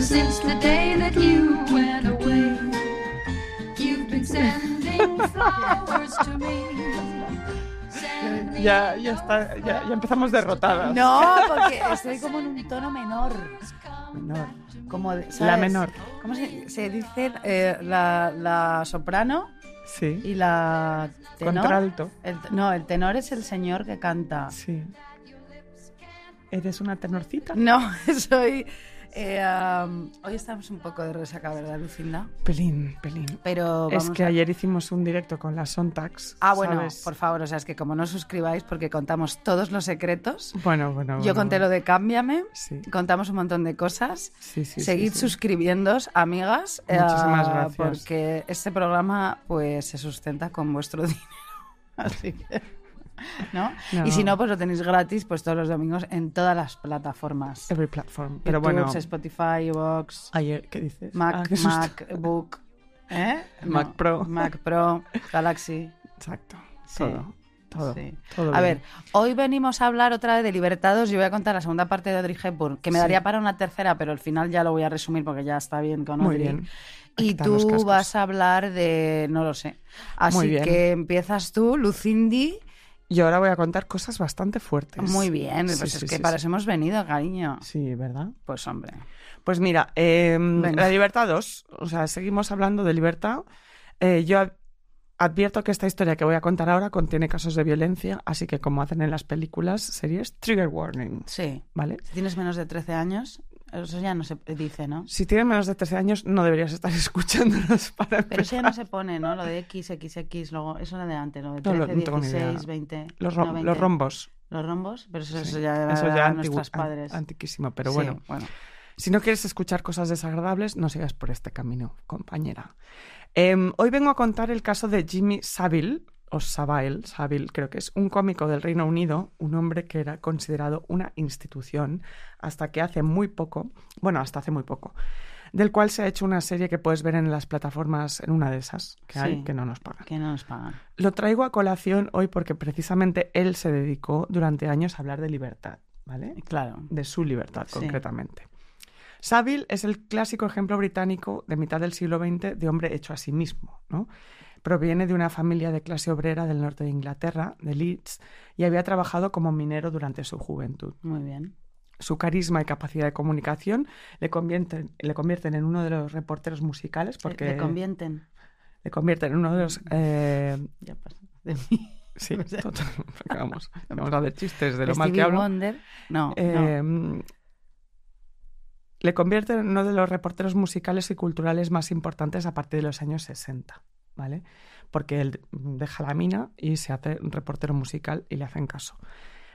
since the day that you went away. You've been sending flowers to me. Sending Ya, ya está, ya, ya empezamos derrotadas. No, porque estoy como en un tono menor. Menor. Como de- ¿sabes? La menor. ¿Cómo se, se dice eh, la, la soprano Sí. y este, la tenor? Contralto. El t- no, el tenor es el señor que canta. Sí. ¿Eres una tenorcita? No, soy... eh, um, hoy estamos un poco de resaca, ¿verdad, Lucinda? Pelín, pelín. Pero vamos Es que a- ayer hicimos un directo con las Sontax. Ah, bueno, ¿sabes? por favor, o sea, es que como no os suscribáis porque contamos todos los secretos, Bueno, bueno, yo bueno, conté lo bueno. de Cámbiame, Sí, contamos un montón de cosas. sí, sí. Seguid sí, sí. suscribiéndoos, amigas. eh, Muchísimas gracias. Porque este programa pues se sustenta con vuestro dinero. Así que. ¿no? No. Y si no, pues lo tenéis gratis pues todos los domingos en todas las plataformas. Every platform. Pero YouTube, bueno, Spotify, Vox, ayer, ¿qué dices? Ah, Mac, qué susto. MacBook. ¿eh? Mac Pro. Mac Pro, Galaxy. Exacto. Sí. Todo. Todo. Sí. todo A bien. ver, hoy venimos a hablar otra vez de Libertados. Yo voy a contar la segunda parte de Audrey Hepburn, que me Sí. daría para una tercera, pero al final ya lo voy a resumir porque ya está bien con Muy Audrey. bien. Aquí Y están los tú cascos. vas a hablar de, no lo sé. Muy Así bien. que empiezas tú, Lucindi. Y ahora voy a contar cosas bastante fuertes. Muy bien, Sí, pues sí, es que sí, para sí. eso hemos venido, cariño. Sí, ¿verdad? Pues hombre. Pues mira, eh, Venga. la libertad 2, o sea, seguimos hablando de libertad. Eh, yo ad- advierto que esta historia que voy a contar ahora contiene casos de violencia, así que como hacen en las películas, series, trigger warning, Sí. ¿vale? Si tienes menos de 13 años, eso ya no se dice, ¿no? Si tienes menos de 13 años, no deberías estar escuchándonos para Pero eso ya empezar. no se pone, ¿no? Lo de XXX, luego, eso era de antes, lo de No, lo- 13, no tengo ni idea. 16, 20. los, rom- no, 20. los rombos. Los rombos, pero eso, sí. eso ya Eso era ya a nuestros antigua- an- padres. antiquísimo, pero Sí, bueno. Si no quieres escuchar cosas desagradables, no sigas por este camino, compañera. Em, hoy vengo a contar el caso de Jimmy Savile, o Savile, Savile creo que es un cómico del Reino Unido, un hombre que era considerado una institución hasta que hace muy poco, bueno, hasta hace muy poco, del cual se ha hecho una serie que puedes ver en las plataformas, en una de esas que hay, Sí. que no nos pagan. que no nos pagan. Lo traigo a colación hoy porque precisamente él se dedicó durante años a hablar de libertad, ¿vale? Claro. de su libertad Sí. concretamente. Saville es el clásico ejemplo británico de mitad del siglo XX de hombre hecho a sí mismo. ¿no? Proviene de una familia de clase obrera del norte de Inglaterra, de Leeds, y había trabajado como minero durante su juventud. Muy bien. Eh, Su carisma y capacidad de comunicación le convierten, le convierten en uno de los reporteros musicales, porque Le convienten. le convierten en uno de los... eh, Ya pasa. De mí. sí, O sea- total, porque vamos, vamos a hacer chistes de lo mal que Stevie hablo. Wonder. No, no. Eh, Le convierte en uno de los reporteros musicales y culturales más importantes a partir de los años 60, ¿vale? Porque él deja la mina y se hace un reportero musical y le hacen caso.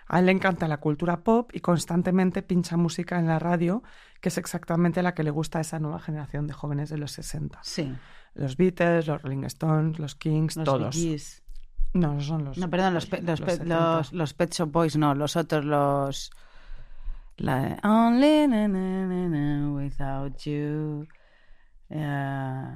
A él le encanta la cultura pop y constantemente pincha música en la radio, que es exactamente la que le gusta a esa nueva generación de jóvenes de los 60. Sí, Los Beatles, los Rolling Stones, los Kings, los todos. Bee Gees. No, no son los. No, perdón, los, pe- los, pe- 70. los, los Pet Shop Boys, no, los otros, los. La de Only na, na, na, na, without you. Eh,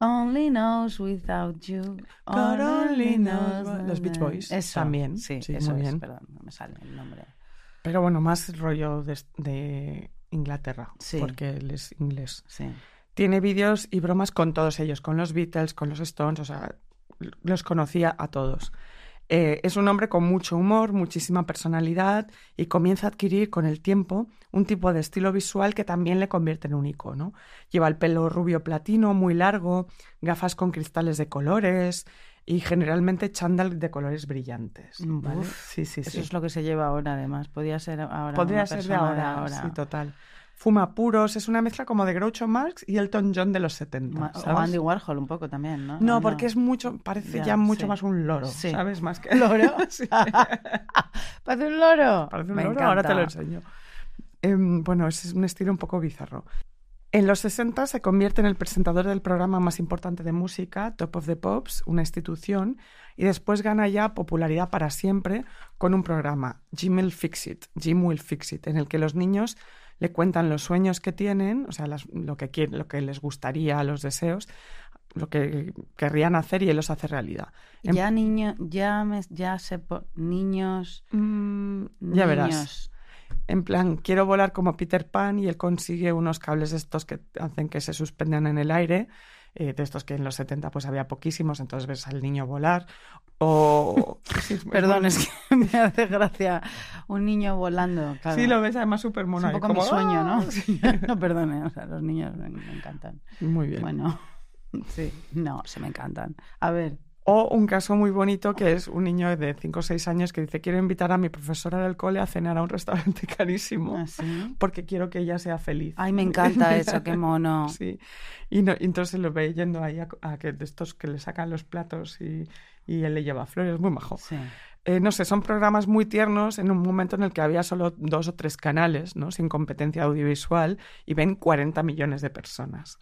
only knows without you. God only knows- na, los Beach na. Boys Eso, también. Sí, Sí, eso muy es, bien. perdón, no me sale el nombre. Pero bueno, más rollo de, de Inglaterra, Sí. porque él es inglés. Sí. Tiene vídeos y bromas con todos ellos, con los Beatles, con los Stones, o sea, los conocía a todos. Eh, es un hombre con mucho humor, muchísima personalidad y comienza a adquirir con el tiempo un tipo de estilo visual que también le convierte en un icono. Lleva el pelo rubio platino, muy largo, gafas con cristales de colores y generalmente chándal de colores brillantes. ¿vale? Uf, sí, sí, sí. Eso es lo que se lleva ahora, además. Podría ser ahora. Podría una ser de persona ahora, sí, total. Fuma puros, es una mezcla como de Groucho Marx y Elton John de los 70, Ma- O ¿sabes? Andy Warhol un poco también, ¿no? No, porque es mucho, parece Ya, ya mucho sí. más un loro, Sí. ¿sabes? Más que loro. Parece un loro. Parece un Me loro, ahora te lo encanta. enseño. Em, bueno, ese es un estilo un poco bizarro. En los 60 se convierte en el presentador del programa más importante de música, Top of the Pops, una institución, y después gana ya popularidad para siempre con un programa, Jim Will Fix It, Jim Will Fix It, en el que los niños le cuentan los sueños que tienen, o sea, las- lo, que quieren, lo que les gustaría, los deseos, lo que querrían hacer y él los hace realidad. En- Ya niño, ya me, ya sé, po- niños, Mm, ya verás. niños. En plan, quiero volar como Peter Pan y él consigue unos cables estos que hacen que se suspendan en el aire, eh, de estos que en los 70 pues había poquísimos, entonces ves al niño volar. O... sí, es muy Perdón, mono. es que me hace gracia un niño volando. claro. Sí, lo ves además súper Es mono. un ahí, poco mi como, sueño, ¡ah! ¿no? Sí. no, perdone, o sea, los niños me, me encantan. "Ah". Muy bien. Bueno, sí, no, se me encantan. A ver, O un caso muy bonito que es un niño de 5 o 6 años que dice quiero invitar a mi profesora del cole a cenar a un restaurante carísimo así. porque quiero que ella sea feliz. Ah, Ay, me encanta eso, qué mono. Sí. Y, no- y entonces lo ve yendo ahí a, co- a que de estos que le sacan los platos y, y él le lleva flores, muy majo. Sí. Eh, no sé, son programas muy tiernos en un momento en el que había solo dos o tres canales, ¿no? Sin competencia audiovisual y ven 40 millones de personas.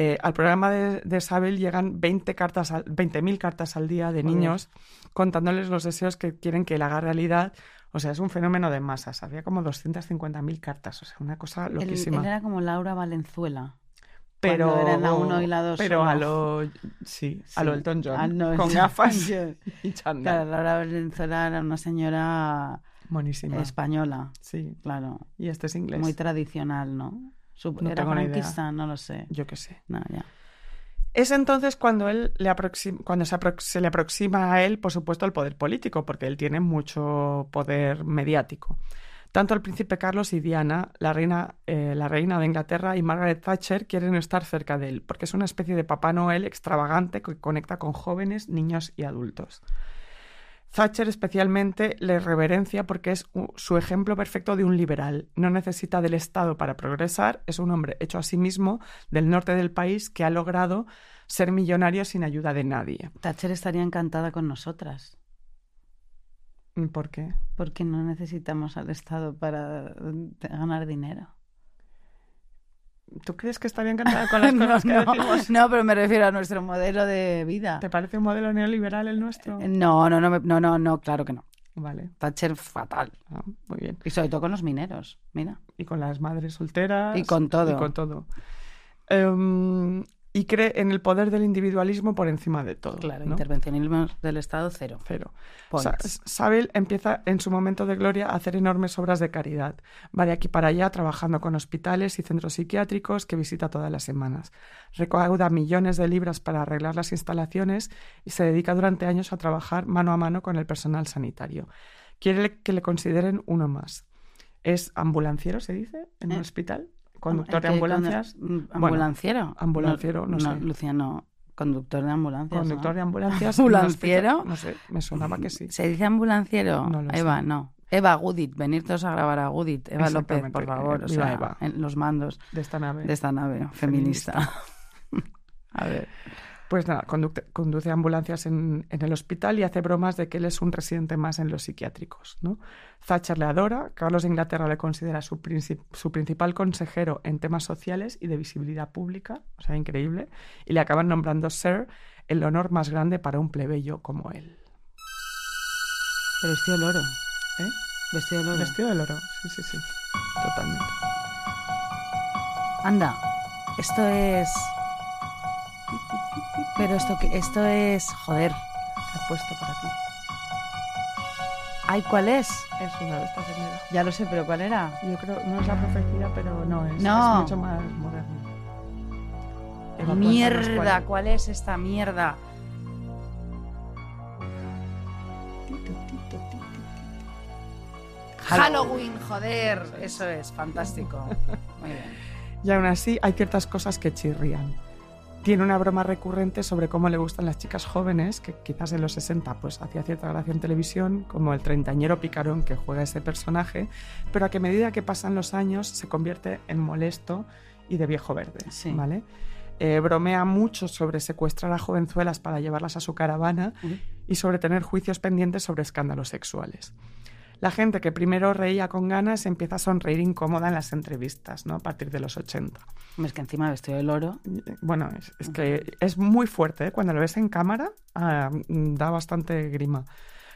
Eh, al programa de, de Isabel llegan 20 cartas al- 20.000 cartas al día de Joder. niños contándoles los deseos que quieren que él haga realidad. O sea, es un fenómeno de masas. Había como 250.000 cartas, o sea, una cosa Él, loquísima. él era como Laura Valenzuela. pero cuando eran la uno y la dos Pero solo. a lo sí, a lo Elton John, Al no- con gafas Yo- y chándal. Claro, Laura Valenzuela era una señora Monísima. española, Sí, claro, y este es inglés. muy tradicional, ¿no? Su- No era tengo ni idea. franquista, no lo sé. Yo qué sé. No, ya. Es entonces cuando él le aproxi- cuando se, aprox- se le aproxima a él, por supuesto, el poder político, porque él tiene mucho poder mediático. Tanto el príncipe Carlos y Diana, la reina, eh, la reina de Inglaterra y Margaret Thatcher quieren estar cerca de él, porque es una especie de Papá Noel extravagante que conecta con jóvenes, niños y adultos. Thatcher especialmente le reverencia porque es u- su ejemplo perfecto de un liberal. No necesita del Estado para progresar, es un hombre hecho a sí mismo del norte del país que ha logrado ser millonario sin ayuda de nadie. Thatcher estaría encantada con nosotras, Mm, ¿Por qué? porque no necesitamos al Estado para eh, ganar dinero. ¿Tú crees que estaría encantada con las cosas que no, decimos? no, pero me refiero a nuestro modelo de vida. Eh, ¿Te parece un modelo neoliberal el nuestro? No, no, no, me- no, no, no, claro que no. Vale, Thatcher fatal. ah, muy bien. Y sobre todo con los mineros, mira. Y con las madres solteras. Y con todo. Y con todo. Em, y cree en el poder del individualismo por encima de todo. Claro, ¿no? intervencionismo del Estado cero. Cero. Points. Sa- Sabel empieza en su momento de gloria a hacer enormes obras de caridad. Va de aquí para allá trabajando con hospitales y centros psiquiátricos que visita todas las semanas. Recauda millones de libras para arreglar las instalaciones y se dedica durante años a trabajar mano a mano con el personal sanitario. Quiere que le consideren uno más. Es ambulanciero, se dice, en un Eh, hospital. Conductor de Es que ambulancias. condu- mm, Bueno, ambulanciero. ambulanciero, no sé. Lucía, no. Conductor de ambulancias. Conductor de ¿no? ambulancias. en un hospital. ¿Ambulanciero? No sé, me sonaba que sí. ¿Se dice ambulanciero? No lo Eva, no. Eva Gudit, venir todos a grabar a Gudit. Eva López, Exactamente, por favor. eh, o viva sea, Eva. en los mandos De esta nave. de esta nave feminista. Feminista. a ver. Pues nada, conducte- conduce ambulancias en, en el hospital y hace bromas de que él es un residente más en los psiquiátricos. ¿no? Thatcher le adora, Carlos de Inglaterra le considera su, princip- su principal consejero en temas sociales y de visibilidad pública, o sea, increíble, y le acaban nombrando Sir, el honor más grande para un plebeyo como él. Pero vestido de loro. ¿Eh? Vestido de loro. Vestido de loro, sí, sí, sí, totalmente. Anda, esto es. Pero esto que esto es. Joder. He puesto para ti. Ay, ¿cuál es? Es una de estas en medio. Ya lo sé, pero ¿cuál era? Yo creo, no es la profecía, pero no es. No. Es mucho más moderno. Eva, cuéntanos Mierda, cuál ¿cuál es esta mierda? Halloween, joder. Eso es, fantástico. Muy bien. Y aún así hay ciertas cosas que chirrían. Tiene una broma recurrente sobre cómo le gustan las chicas jóvenes, que quizás en los 60 pues hacía cierta gracia en televisión, como el treintañero picarón que juega ese personaje, pero a que medida que pasan los años se convierte en molesto y de viejo verde, Sí. ¿vale? Eh, bromea mucho sobre secuestrar a jovenzuelas para llevarlas a su caravana Uy. y sobre tener juicios pendientes sobre escándalos sexuales. La gente que primero reía con ganas empieza a sonreír incómoda en las entrevistas, ¿no? A partir de los 80. Es que encima vestido de loro. Y, eh, Bueno, es, es que es muy fuerte. ¿eh? Cuando lo ves en cámara, ah, mm, da bastante grima.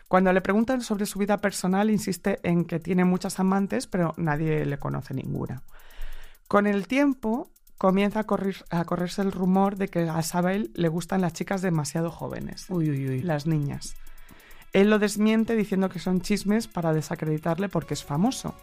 Cuando le preguntan sobre su vida personal, insiste en que tiene muchas amantes, pero nadie le conoce ninguna. Con el tiempo, comienza a, correr- a correrse el rumor de que a Isabel le gustan las chicas demasiado jóvenes Uy, uy, uy. las niñas. Él lo desmiente diciendo que son chismes para desacreditarle porque es famoso.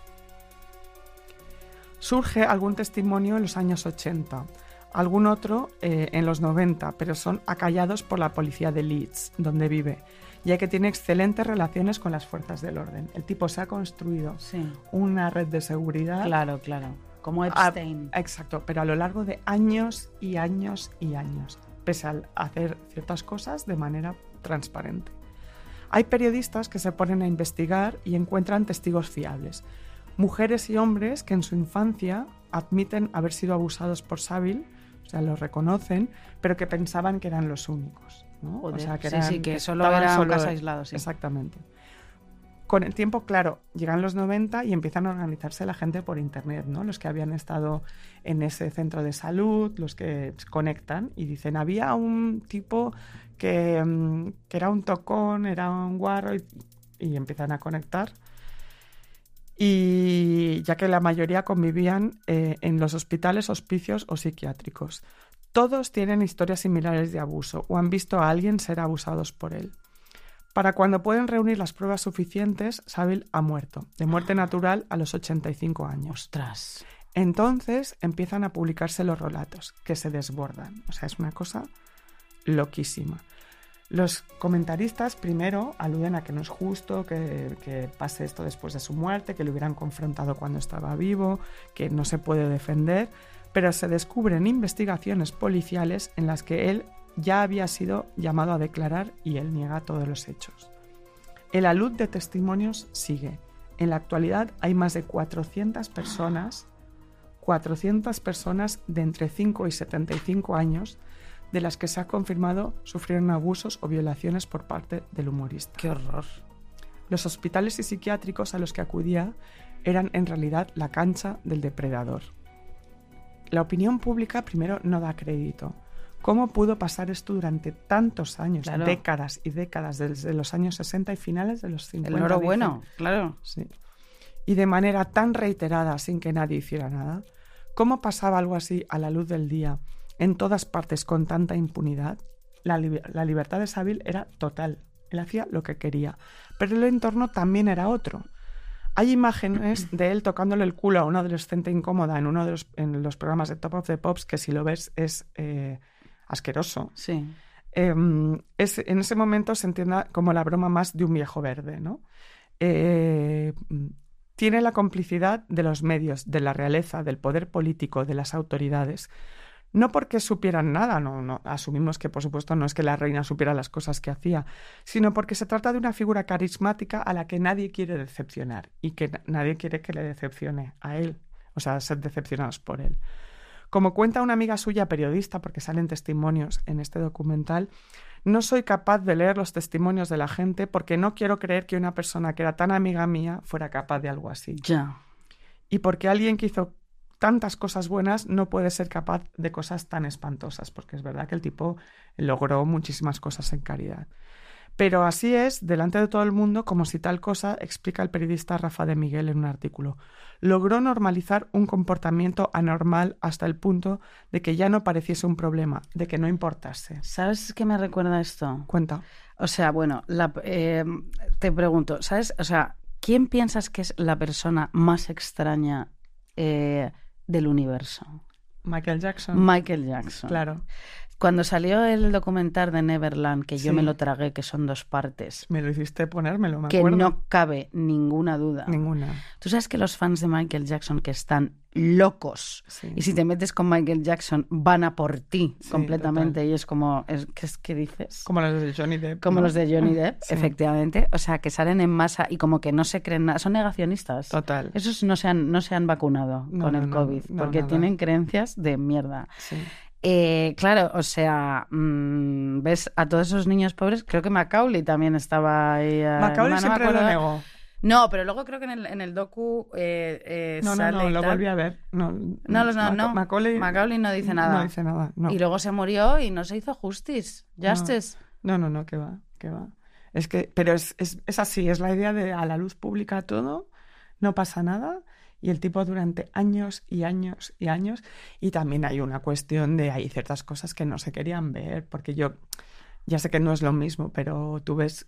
Surge algún testimonio en los años 80, algún otro eh, en los 90, pero son acallados por la policía de Leeds, donde vive, ya que tiene excelentes relaciones con las fuerzas del orden. El tipo se ha construido Sí. una red de seguridad. Claro, claro. Como a- Epstein. exacto, pero a lo largo de años y años y años, pese al hacer ciertas cosas de manera transparente. Hay periodistas que se ponen a investigar y encuentran testigos fiables, mujeres y hombres que en su infancia admiten haber sido abusados por Saville, o sea, lo reconocen, pero que pensaban que eran los únicos. ¿no? Joder, o sea, sí, eran- sí, que solo estaban era un solo- caso aislado, sí. Exactamente. Con el tiempo, claro, llegan los 90 y empiezan a organizarse la gente por internet, ¿no? Los que habían estado en ese centro de salud, los que se conectan y dicen, había un tipo que, mm, que era un tocón, era un guarro y, y empiezan a conectar. Y ya que la mayoría convivían eh, en los hospitales, hospicios o psiquiátricos. Todos tienen historias similares de abuso o han visto a alguien ser abusados por él. Para cuando pueden reunir las pruebas suficientes, Saville ha muerto, de muerte natural a los 85 años. Ostras. Entonces empiezan a publicarse los relatos, que se desbordan. O sea, es una cosa loquísima. Los comentaristas primero aluden a que no es justo que, que pase esto después de su muerte, que le hubieran confrontado cuando estaba vivo, que no se puede defender, pero se descubren investigaciones policiales en las que él ya había sido llamado a declarar y él niega todos los hechos. El alud de testimonios sigue. En la actualidad hay más de 400 personas 400 personas de entre 5 y 75 años, de las que se ha confirmado sufrieron abusos o violaciones por parte del humorista. Qué horror. Los hospitales y psiquiátricos a los que acudía eran en realidad la cancha del depredador. La opinión pública primero no da crédito. ¿Cómo pudo pasar esto durante tantos años, Claro. décadas y décadas, desde los años 60 y finales de los 50? El oro dicen? bueno, claro. Sí. Y de manera tan reiterada sin que nadie hiciera nada. ¿Cómo pasaba algo así a la luz del día, en todas partes, con tanta impunidad? La, libe- la libertad de Saville era total. Él hacía lo que quería. Pero el entorno también era otro. Hay imágenes de él tocándole el culo a una adolescente incómoda en uno de los, en los programas de Top of the Pops, que si lo ves es eh, asqueroso Sí. em, es- en ese momento se entienda como la broma más de un viejo verde, ¿no? Eh, mm, tiene la complicidad de los medios, de la realeza, del poder político, de las autoridades. No porque supieran nada, no, no, asumimos que por supuesto no es que la reina supiera las cosas que hacía, sino porque se trata de una figura carismática a la que nadie quiere decepcionar y que na- nadie quiere que le decepcione a él, o sea, ser decepcionados por él. Como cuenta una amiga suya periodista, porque salen testimonios en este documental, no soy capaz de leer los testimonios de la gente porque no quiero creer que una persona que era tan amiga mía fuera capaz de algo así. Ya. Y porque alguien que hizo tantas cosas buenas no puede ser capaz de cosas tan espantosas, porque es verdad que el tipo logró muchísimas cosas en caridad. Pero así es, delante de todo el mundo, como si tal cosa, explica el periodista Rafa de Miguel en un artículo. Logró normalizar un comportamiento anormal hasta el punto de que ya no pareciese un problema, de que no importase. ¿Sabes qué me recuerda esto? Cuenta. O sea, bueno, la- eh, te pregunto, ¿sabes? O sea, ¿quién piensas que es la persona más extraña eh, del universo? Michael Jackson. Michael Jackson. Ah. claro, Cuando salió el documental de Neverland, que yo Sí. me lo tragué, que son dos partes, me lo hiciste ponérmelo, me que acuerdo. no cabe ninguna duda. Ninguna. Tú sabes que los fans de Michael Jackson que están locos Sí. y si te metes con Michael Jackson van a por ti Sí, completamente y es como, es, ¿qué, es que dices? Como los de Johnny Depp. Como ¿no? Ah, los de Johnny Depp, Sí. efectivamente. O sea, que salen en masa y como que no se creen nada. Son negacionistas. Total. Esos no se han, no se han vacunado No, con no, el no, COVID no, porque nada. tienen creencias de mierda. Sí. Eh, claro, o sea, mm, ves a todos esos niños pobres. Creo que Macaulay también estaba ahí. eh, Macaulay no me siempre lo acuerdo. negó. No, pero luego creo que en el, en el docu eh, eh, No, no, sale no, y lo tal. volví a ver. No, No, los- no, Maca- no. Macaulay, Macaulay no dice nada. No dice nada, no. Y luego se murió y no se hizo justice. Justice. No, no, no, que va, que va. Es que, pero es, es, es así, es la idea de a la luz pública todo, no pasa nada. Y el tipo durante años y años y años. Y también hay una cuestión de hay ciertas cosas que no se querían ver, porque yo ya sé que no es lo mismo, pero tú ves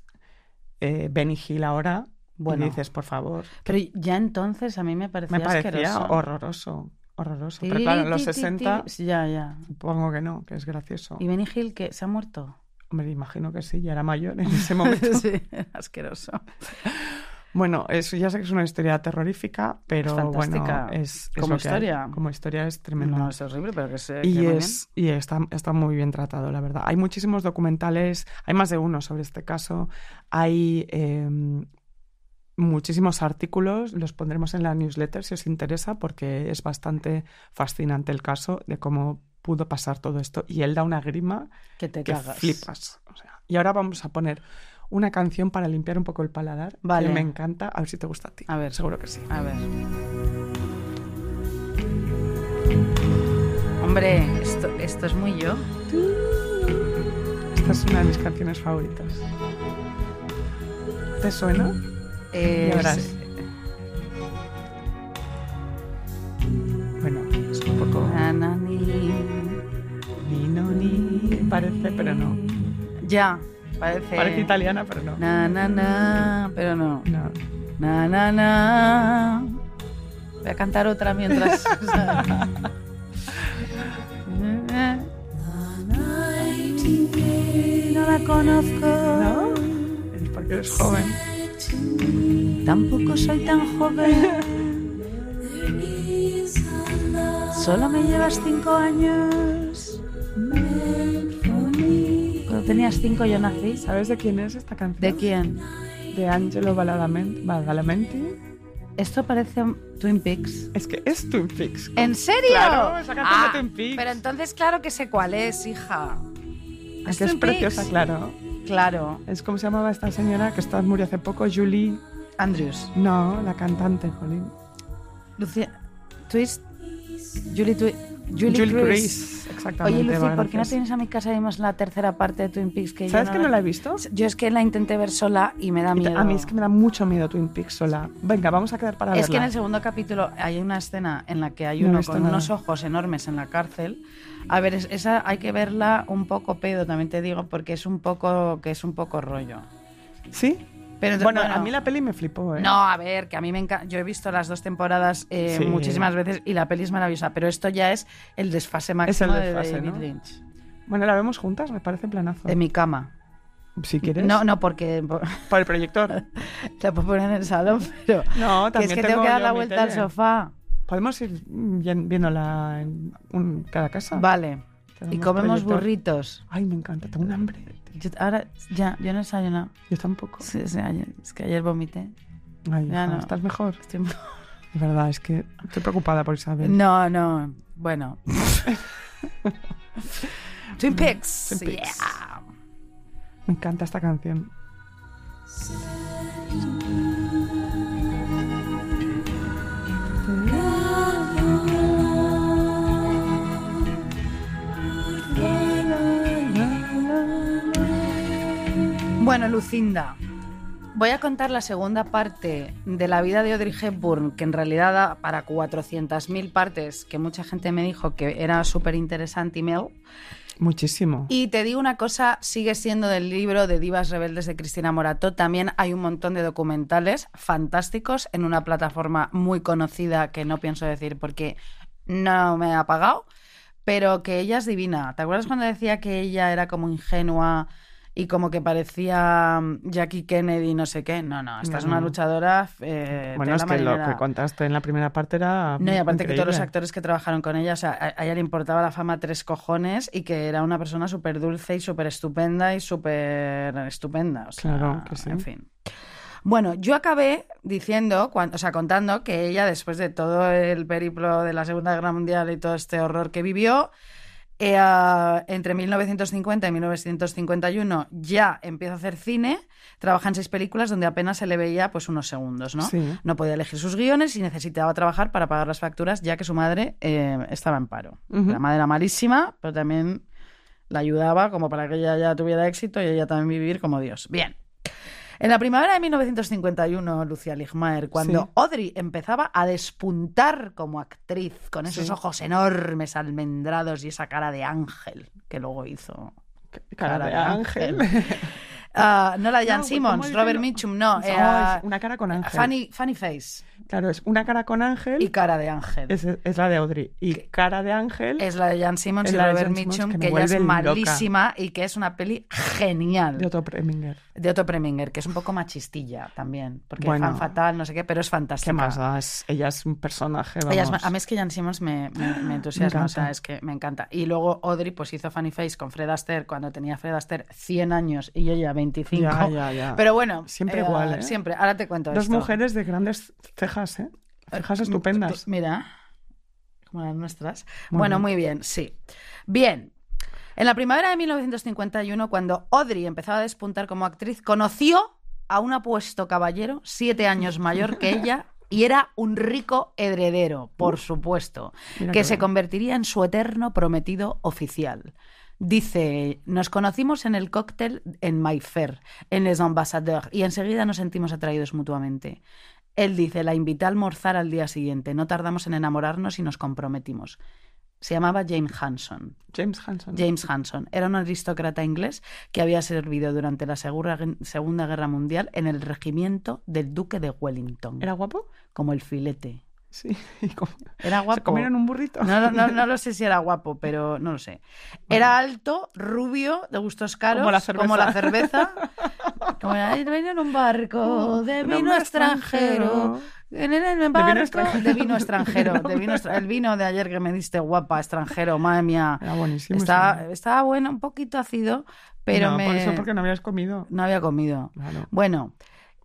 eh, Benny Hill ahora Bueno, Y dices, por favor. pero ya entonces a mí me parecía, Me parecía asqueroso. horroroso, horroroso. Pero claro, en los Ti, ti, ti, ti. 60, Sí, Ya, ya. supongo que no, que es gracioso. ¿Y Benny Hill que se ha muerto? Me imagino que sí, ya era mayor en ese momento. sí, asqueroso. Bueno, eso ya sé que es una historia terrorífica, pero Es fantástica. bueno, es, es Como lo que hay. historia. Como historia es tremenda. No, es horrible, pero que se... que y muy es, y está, está muy bien tratado, la verdad. Hay muchísimos documentales, hay más de uno sobre este caso, hay eh, muchísimos artículos, los pondremos en la newsletter si os interesa, porque es bastante fascinante el caso de cómo pudo pasar todo esto. Y él da una grima bien, que te que cagas. flipas. o sea. y ahora vamos a poner una canción para limpiar un poco el paladar, Vale. que me encanta, a ver si te gusta a ti. A ver. Seguro que sí. A ver. Hombre, esto, esto es muy yo. Esta es una de mis canciones favoritas. ¿Te suena? Eh, Ya verás. es- Bueno, Ah, es un poco Na, na, ni. ni no ni parece, pero no. Ya, parece... Parece italiana, pero no. Na, na, na, pero no. No. Na, na, na. Voy a cantar otra mientras... o sea. Na, na. No la conozco. ¿No? Es porque eres joven. Tampoco soy tan joven. Solo me llevas cinco años. Cuando tenías cinco yo nací. ¿sabes? ¿Sabes de quién es esta canción? ¿De quién? De Angelo Badalamenti. Badalamenti. Esto parece Twin Peaks. Es que es Twin Peaks. ¿En serio? Ah, Claro, esa canción de Twin Peaks. Pero entonces claro que sé cuál es, hija. Es que es Twin preciosa, Peaks. claro. Claro. Es como se llamaba esta señora que está, murió hace poco, Julie. Andrews. No, la cantante, Jolín. Lucia. Twist. Julie Twist. Julie, Julie Cruise. Chris, exactamente. Oye, Lucy, bueno, ¿por qué no gracias. tienes a mi casa además la tercera parte de Twin Peaks? Que yo ¿Sabes que no la- la he visto? Yo es que la intenté ver sola y me da Y te- miedo. A mí es que me da mucho miedo Twin Peaks sola. Venga, vamos a quedar para Es que en verla. el segundo capítulo hay una escena en la que hay No he uno visto con nada. unos ojos enormes en la cárcel. A ver, es- esa hay que verla un poco pedo, también te digo, porque es un poco que es un poco rollo. ¿Sí? Pero ento- Bueno, a mí la peli me flipó, ¿eh? No, a ver, que a mí me encanta. Yo he visto las dos temporadas eh, Sí. muchísimas veces y la peli es maravillosa, pero esto ya es el desfase máximo desfase, de David ¿no? Lynch. Bueno, la vemos juntas, me parece planazo. De Eh, mi cama. Si quieres. No, no, porque Por el proyector. la puedo poner en el salón, pero. No, Que es también que tengo que yo dar la mi vuelta al tele. sofá. Podemos ir vi- viéndola en un- cada casa. Vale. Ah. Tenemos Y comemos proyector. burritos. Ay, me encanta, tengo un hambre. tío. Yo- ahora, ya, yo no he desayunado. Yo tampoco. Sí, sí, ayer- es que ayer vomité. Ay, Ya hija, no. estás mejor. Estoy un poco- De verdad, es que estoy preocupada por Isabel. No, no. Bueno. Twin Peaks. Twin Peaks. yeah. Me encanta esta canción. Bueno, Lucinda. Voy a contar la segunda parte de la vida de Audrey Hepburn, que en realidad da para 400.000 partes, que mucha gente me dijo que era súper interesante y mail. Muchísimo. Y te digo una cosa, sigue siendo del libro de Divas Rebeldes de Cristina Morató. También hay un montón de documentales fantásticos en una plataforma muy conocida que no pienso decir porque no me ha pagado, pero que ella es divina. ¿Te acuerdas cuando decía que ella era como ingenua y como que parecía mm, Jackie Kennedy, no sé qué? No, no, esta es No, una no. luchadora. eh, bueno, tela es que lo marinera. que contaste en la primera parte era. No, y aparte que todos los increíble. actores que trabajaron con ella, o sea, a, a ella le importaba la fama tres cojones y que era una persona súper dulce y súper estupenda y súper estupenda. o sea, Claro que sí. En fin. Bueno, yo acabé diciendo, cuan- o sea, contando que ella, después de todo el periplo de la Segunda Guerra Mundial y todo este horror que vivió, eh, ah, entre 1950 y 1951 ya empieza a hacer cine, trabaja en seis películas donde apenas se le veía pues unos segundos, ¿no? Sí. No podía elegir sus guiones y necesitaba trabajar para pagar las facturas ya que su madre eh, estaba en paro. Ujú. La madre era malísima, pero también la ayudaba como para que ella ya tuviera éxito y ella también vivir como Dios. Bien. En la primavera de 1951, Lucia Ligmaer, cuando Sí. Audrey empezaba a despuntar como actriz, con esos Sí. ojos enormes, almendrados y esa cara de ángel que luego hizo. Cara de ángel. Ah, no la Jan No, ¿cómo Simmons, dicen? Robert Mitchum, no. Oh, eh, es una cara con ángel. funny, funny Face Claro, es una cara con ángel. y Cara de Ángel. Es, Es, es la de Audrey. Y cara de ángel la de Jan Simmons Es y la de Robert Jan Simmons, Mitchum, que que, me ella es vuelve loca. malísima y que es una peli genial. de Otto Preminger. de Otto Preminger, que es un poco machistilla también, porque Bueno. fan fatal, no sé qué, pero es fantástica. ¿Qué más da? Es- ella es un personaje. Vamos. Ella es ma- a mí es que Jan Simmons me, me- me entusiasma, o sea, encanta. es que me encanta. Y luego Audrey pues hizo Funny Face con Fred Astaire cuando tenía Fred Astaire 100 años y ella 25. Ya, ya, ya. Pero bueno, Siempre igual, ¿eh? Siempre, ahora te cuento Dos esto. mujeres de grandes cejas, ¿eh? Cejas estupendas. Mira, como las nuestras. Muy bueno, bien. muy bien, sí. Bien. En la primavera de 1951, cuando Audrey empezaba a despuntar como actriz, conoció a un apuesto caballero siete años mayor que ella y era un rico heredero, por supuesto, mira que qué se bien. convertiría en su eterno prometido oficial. Dice, nos conocimos en el cóctel en Mayfair, en Les Ambassadeurs, y enseguida nos sentimos atraídos mutuamente. Él dice, la invité a almorzar al día siguiente, no tardamos en enamorarnos y nos comprometimos. Se llamaba James Hanson. James Hanson. James Hanson era un aristócrata inglés que había servido durante la Segura- Segunda Guerra Mundial en el regimiento del Duque de Wellington, ¿Era guapo? como el filete. Sí. Y com- Era ¿Se guapo. comieron un burrito? No, no, no, no lo sé si era guapo, pero no lo sé. Era alto, rubio, de gustos caros, Como la cerveza. Como la cerveza. Como, "Ay, venía en un barco de Oh, Un vino hombre extranjero. En el- en el De vino barco extranjero. de vino extranjero. Un de vino hombre. extra- el vino de ayer que me diste guapa, extranjero, madre mía. Era buenísimo. Estaba, sí. estaba bueno, un poquito ácido, pero No, me... Por eso, porque no habías comido. no había comido. Claro. Bueno,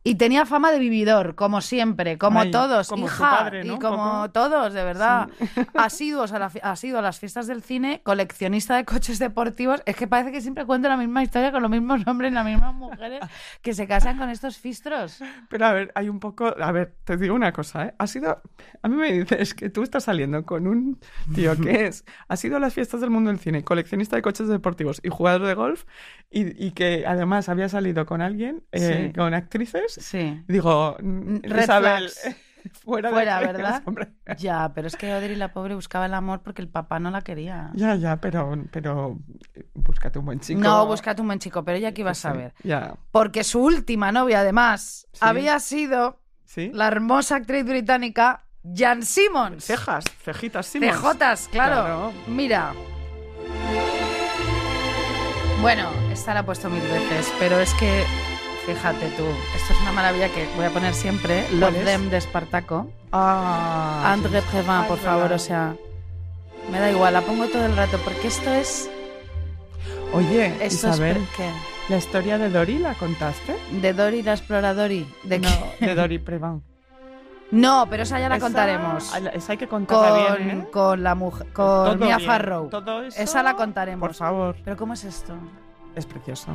y tenía fama de vividor, como siempre, como Ay, todos, como su hija, padre, ¿no? y Un como poco. todos, de verdad. Asiduos a la fi- asiduo a las fiestas del cine, coleccionista de coches deportivos. Es que parece que siempre cuento la misma historia con los mismos hombres y las mismas mujeres que se casan con estos fistros. Pero a ver, hay un poco. A ver, te digo una cosa, ¿eh? Ha sido. A mí me dices que tú estás saliendo con un tío que es. Ha sido a las fiestas del mundo del cine, coleccionista de coches deportivos y jugador de golf, y, y que además había salido con alguien, eh, Sí. con actrices. Sí. Digo, mm, Red Isabel, flags. fuera, de Fuera, aquí, ¿verdad? hombre. Ya, pero es que Audrey la pobre buscaba el amor porque el papá no la quería. Ya, ya, pero, pero eh, búscate un buen chico. No, búscate un buen chico, pero ella que iba a Sí, saber. Ya, Porque su última novia, además, Sí. había sido sí. la hermosa actriz británica Jan Simmons. Cejas, cejitas, sí. Cejotas, claro. Claro. Mira. Bueno, esta la he puesto mil veces, pero es que, fíjate tú, esto es una maravilla que voy a poner siempre, Love es? Them de Espartaco. Ah, André Previn, Ah, por es favor, verdad. o sea, me da igual, la pongo todo el rato, porque esto es... Oye, Esto Isabel, es... ¿qué? ¿la historia de Dori la contaste? ¿De Dory la Exploradori? ¿De no, qué? de Dori Prevan. No, pero esa ya la Esa- contaremos. a la- Esa hay que contarla Con, bien, ¿eh? con la mujer, con Todo Mia bien, Farrow. todo eso, Esa la contaremos. Por favor. Pero ¿cómo es esto? Es precioso.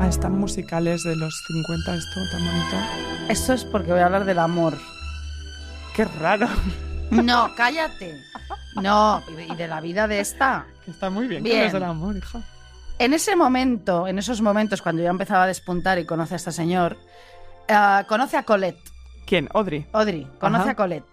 Ah, están musicales de los 50 esto, tan bonito. Esto es porque voy a hablar del amor. Qué raro. No, cállate. No, y de- y de la vida de esta. Está muy bien, Bien. que es del amor, hija. En ese momento, en esos momentos cuando ya empezaba a despuntar y conoce a este señor, eh, conoce a Colette, ¿Quién? Audrey. Audrey, conoce Ajá. a Colette.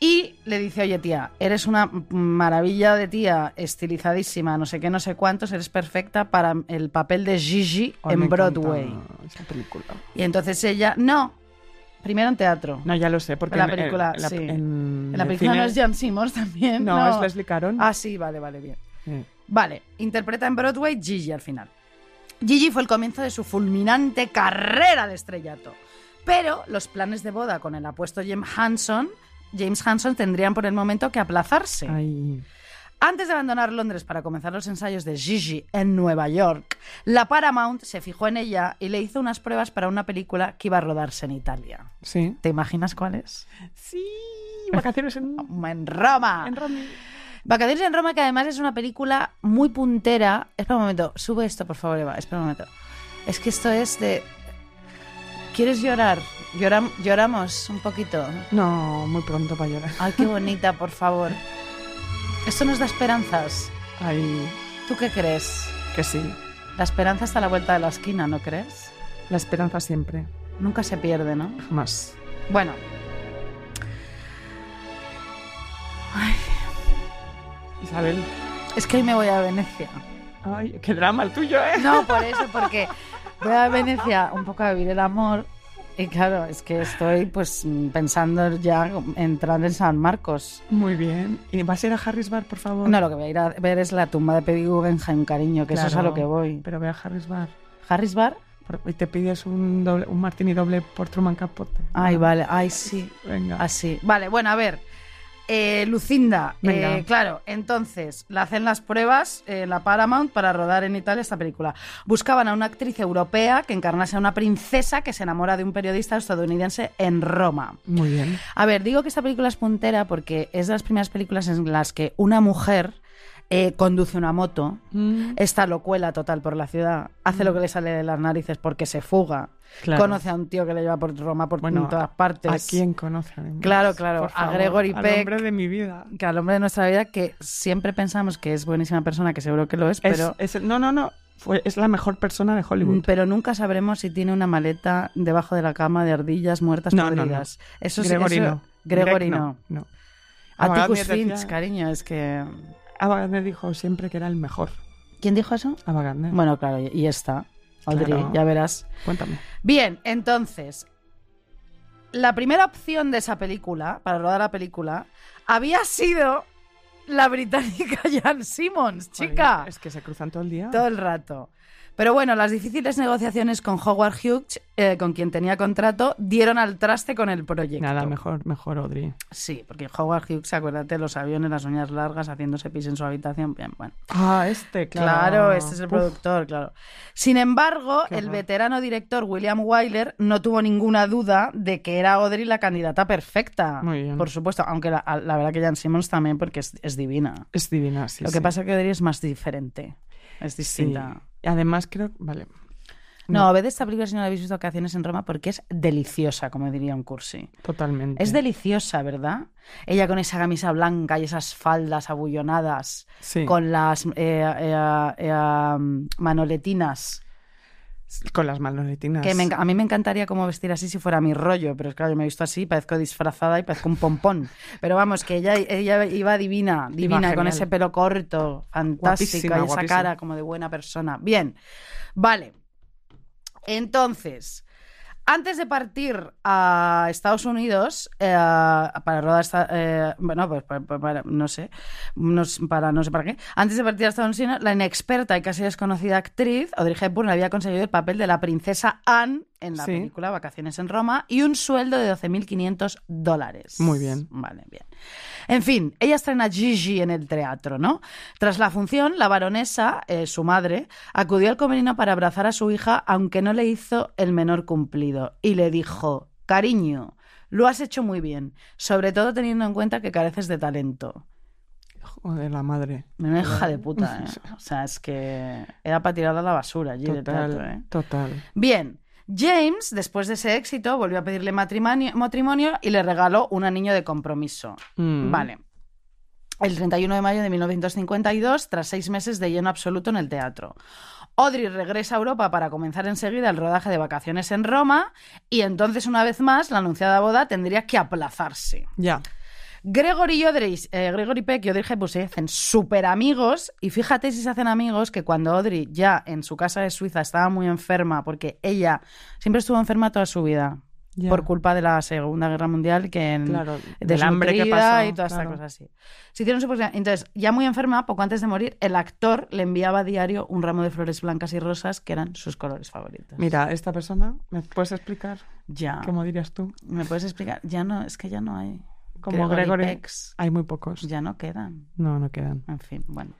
Y le dice, oye tía, eres una maravilla de tía, estilizadísima, no sé qué, no sé cuántos, eres perfecta para el papel de Gigi Ay, Oh, me en encanta Broadway. Esa película. Y entonces ella, no, primero en teatro. No, ya lo sé, porque La en- en- película, en la- sí. en en la el película cine- no es Jan Simmons también. No, es Leslie Caron. Eh, Ah, sí, vale, vale, bien. Sí. Vale, interpreta en Broadway Gigi al final. Gigi fue el comienzo de su fulminante carrera de estrellato. Pero los planes de boda con el apuesto James Hanson, James Hanson tendrían por el momento que aplazarse. Ay. Antes de abandonar Londres para comenzar los ensayos de Gigi en Nueva York, la Paramount se fijó en ella y le hizo unas pruebas para una película que iba a rodarse en Italia. Sí. ¿Te imaginas cuál es? Sí, vacaciones en, En Roma. en Romy. Vacaciones en Roma, que además es una película muy puntera. Espera un momento, sube esto, por favor, Eva. Espera un momento. Es que esto es de. ¿Quieres llorar? Lloram- lloramos un poquito. No, muy pronto para llorar. Ay, qué bonita, por favor. Esto nos da esperanzas. Ay, ¿Tú qué crees? que sí. La esperanza está a la vuelta de la esquina, ¿no crees? La esperanza siempre, Nunca se pierde, ¿no? jamás. Bueno. Ay, Isabel, es que hoy me voy a Venecia. Ay, qué drama el tuyo, ¿eh? No, por eso, porque voy a Venecia un poco a vivir el amor. Y claro, es que estoy pues pensando ya entrar en San Marcos. Muy bien. ¿Y vas a ir a Harris Bar, por favor? No, lo que voy a ir a ver es la tumba de Peggy Guggenheim, cariño, que eso es a Claro, lo que voy. Pero ve a Harris Bar. ¿Harris Bar? Por- Y te pides un, doble, un martini doble por Truman Capote. Ay, vale, ay, sí. Venga. Así. Vale, bueno, a ver. Eh, Lucinda, Venga. eh, claro, entonces le hacen las pruebas eh, en la Paramount para rodar en Italia esta película. Buscaban a una actriz europea que encarnase a una princesa que se enamora de un periodista estadounidense en Roma. Muy bien. A ver, digo que esta película es puntera porque es de las primeras películas en las que una mujer eh, conduce una moto, Eh, esta locuela total por la ciudad, hace lo que le sale de las narices porque se fuga, Claro. conoce a un tío que le lleva por Roma por Bueno, todas partes. ¿A quién conoce? además? Claro, claro, Por a favor, Gregory al Peck. hombre de mi vida. que al hombre de nuestra vida que siempre pensamos que es buenísima persona, que seguro que lo es, Es- Mm, pero, es, no, no, no. Fue- es la mejor persona de Hollywood. pero nunca sabremos si tiene una maleta debajo de la cama de ardillas muertas No, no, no. podridas. Eso sí- Gregory eso- no. Gregory Greg no. no. Atticus Gardner decía- Finch, cariño, es que... Ava Gardner dijo siempre que era el mejor. ¿Quién dijo eso? Ava Gardner. Bueno, claro, y- y está. Audrey, Claro. ya verás. Cuéntame. Bien, entonces, la primera opción de esa película, para rodar la película, había sido la británica Jan Simmons, chica. Joder, Es que se cruzan todo el día. Todo el rato. Pero bueno, las difíciles negociaciones con Howard Hughes, eh, con quien tenía contrato, dieron al traste con el proyecto. Nada, mejor, mejor Audrey. Sí, porque Howard Hughes, acuérdate, los aviones, las uñas largas, haciéndose pis en su habitación. Bien, bueno. Ah, este, Claro, claro. este es el Uf, productor, claro. Sin embargo, Qué el horror. veterano director William Wyler no tuvo ninguna duda de que era Audrey la candidata perfecta. Muy bien. Por supuesto, aunque la, la verdad que Jan Simmons también, porque es, es divina. Es divina, sí. Lo que sí. pasa es que Audrey es más diferente, es Sí. distinta. Y Además, creo. Vale. No, No. a ved esta película si no la habéis visto Vacaciones en Roma porque es deliciosa, como diría un cursi. Totalmente. Es deliciosa, ¿verdad? Ella con esa camisa blanca y esas faldas abullonadas, Sí. con las eh, eh, eh, um, manoletinas. Con las maloletinas. Que me enca- a mí me encantaría como vestir así si fuera mi rollo, pero es claro, yo me he visto así, parezco disfrazada y parezco un pompón. Pero vamos, que ella, ella iba divina, divina, con genial. ese pelo corto, fantástica, Guapísima, y esa guapísima. cara como de buena persona. Bien, vale. Entonces, antes de partir a Estados Unidos eh, para rodar esta- eh, bueno, pues pa- pa- para- no sé, no sé- para no sé para qué. Antes de partir a Estados Unidos, la inexperta y casi desconocida actriz Audrey Hepburn había conseguido el papel de la princesa Anne en la Sí. película Vacaciones en Roma y un sueldo de 12.500 dólares. Muy bien. Vale, bien. En fin, ella estrena Gigi en el teatro, ¿no? Tras la función, la baronesa, eh, su madre, acudió al comerino para abrazar a su hija, aunque no le hizo el menor cumplido, y le dijo, cariño, lo has hecho muy bien, sobre todo teniendo en cuenta que careces de talento. Joder, la madre. Una hija de puta, ¿eh? O sea, es que era para tirarla a la basura allí de teatro, ¿eh? Total. Total. Bien. James, después de ese éxito, volvió a pedirle matrimonio, matrimonio y le regaló un anillo de compromiso. Mm. Vale. El 31 de mayo de 1952, tras seis meses de lleno absoluto en el teatro. Audrey regresa a Europa para comenzar enseguida el rodaje de vacaciones en Roma y entonces, una vez más, la anunciada boda tendría que aplazarse. Mm. Ya. Gregory y Audrey, eh, Gregory Peck y Audrey Hepburn se hacen súper amigos y fíjate si se hacen amigos que cuando Audrey ya en su casa de Suiza estaba muy enferma porque ella siempre estuvo enferma toda su vida ya. por culpa de la Segunda Guerra Mundial que en, Claro, del del hambre que pasó, y todas claro. estas cosas así. Se hicieron su próxima- Entonces, ya muy enferma, poco antes de morir, el actor le enviaba a diario un ramo de flores blancas y rosas que eran sus colores favoritos. Mira, esta persona, ¿me puedes explicar? ya. ¿Cómo dirías tú? ¿Me puedes explicar? Ya no, es que ya no hay. Como Gregory Gregory. Pecks. Hay muy pocos. Ya no quedan. No, no quedan. En fin, bueno.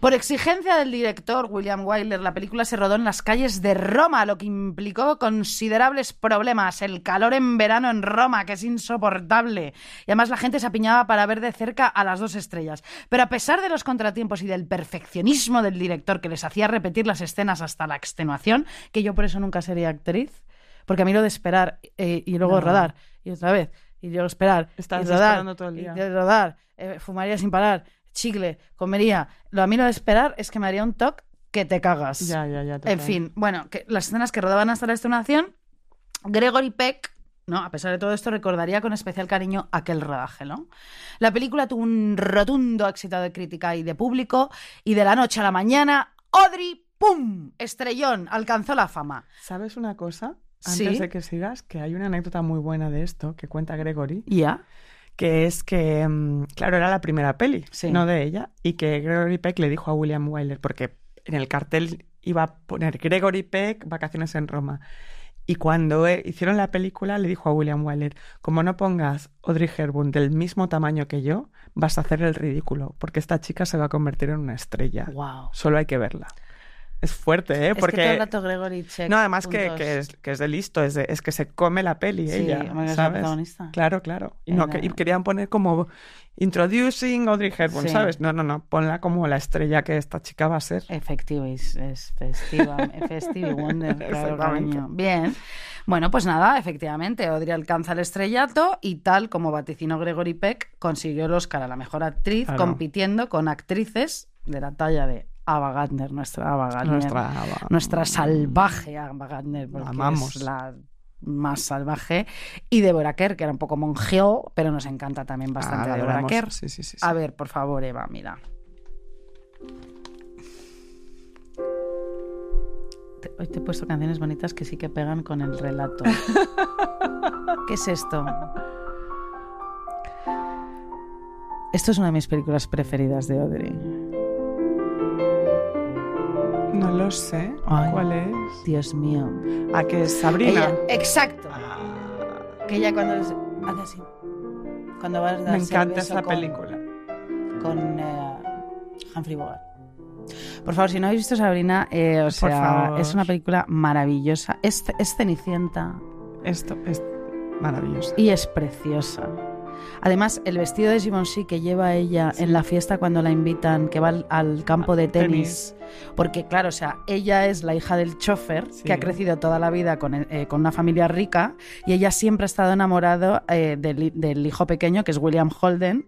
Por exigencia del director William Wyler, la película se rodó en las calles de Roma, lo que implicó considerables problemas. El calor en verano en Roma, que es insoportable. Y además la gente se apiñaba para ver de cerca a las dos estrellas. Pero a pesar de los contratiempos y del perfeccionismo del director que les hacía repetir las escenas hasta la extenuación, que yo por eso nunca sería actriz, porque a mí lo de esperar eh, y luego No. rodar y otra vez y luego esperar Estás y rodar, esperando todo el y día. de rodar, eh, fumaría sin parar, chicle, comería. Lo a mí lo de esperar es que me haría un toque que te cagas. Ya, ya, ya. en total. fin, bueno, que las escenas que rodaban hasta la extenuación, Gregory Peck No, a pesar de todo esto, recordaría con especial cariño aquel rodaje, ¿no? La película tuvo un rotundo éxito de crítica y de público, y de la noche a la mañana, Audrey, ¡pum! Estrellón, alcanzó la fama. ¿Sabes una cosa? Sí. Antes de que sigas, que hay una anécdota muy buena de esto que cuenta Gregory, ¿Ya? que es que, mm, claro, era la primera peli, Sí. no de ella, y que Gregory Peck le dijo a William Wyler, porque en el cartel iba a poner Gregory Peck, vacaciones en Roma. Y cuando eh, hicieron la película, le dijo a William Wyler, como no pongas Audrey Hepburn del mismo tamaño que yo, vas a hacer el ridículo, porque esta chica se va a convertir en una estrella. Wow. Solo hay que verla. Es fuerte, ¿eh? Es que todo Porque el rato Gregory Check. No, además que, puntos. que es, que es de listo, es, de- es que se come la peli Sí, ella, hombre, que es la ¿sabes? protagonista. Claro, claro. Y, no, Era- que- y querían poner como introducing Audrey Hepburn, Sí. ¿sabes? No, no, no, ponla como la estrella que esta chica va a ser. Efectivo, es, es festiva, festive wonder, claro, Exactamente. cariño. Bien. Bueno, pues nada, efectivamente, Audrey alcanza el estrellato y tal como vaticinó Gregory Peck, consiguió el Oscar a la mejor actriz Claro. compitiendo con actrices de la talla de Ava Gardner, nuestra Ava Gardner. Nuestra, ah, nuestra salvaje Ava Gardner, porque amamos. es la más salvaje, y Deborah Kerr, que era un poco mongeo, pero nos encanta también bastante Ah, la Deborah adoramos. Kerr. Sí, sí, sí. sí. A ver, por favor, Eva, mira. Te- Hoy te he puesto canciones bonitas que sí que pegan con el relato. ¿Qué es esto? Esto es una de mis películas preferidas de Audrey. No lo sé. Ay. ¿Cuál es? Dios mío. Ah, que es Sabrina. Ella, exacto. Ah, Que ella cuando es- hace así. Cuando vas a darse me el encanta beso esa con- película. con eh, Humphrey Bogart. Por favor, si no habéis visto Sabrina, eh, o Por sea, favor. es una película maravillosa. Es, es cenicienta Esto es maravilloso. y es preciosa. Además, el vestido de Givenchy que lleva ella en la fiesta cuando la invitan, que va al, al campo de tenis. Porque, claro, o sea, ella es la hija del chofer Sí. que ha crecido toda la vida con, eh, con una familia rica y ella siempre ha estado enamorada eh, del, del hijo pequeño, que es William Holden,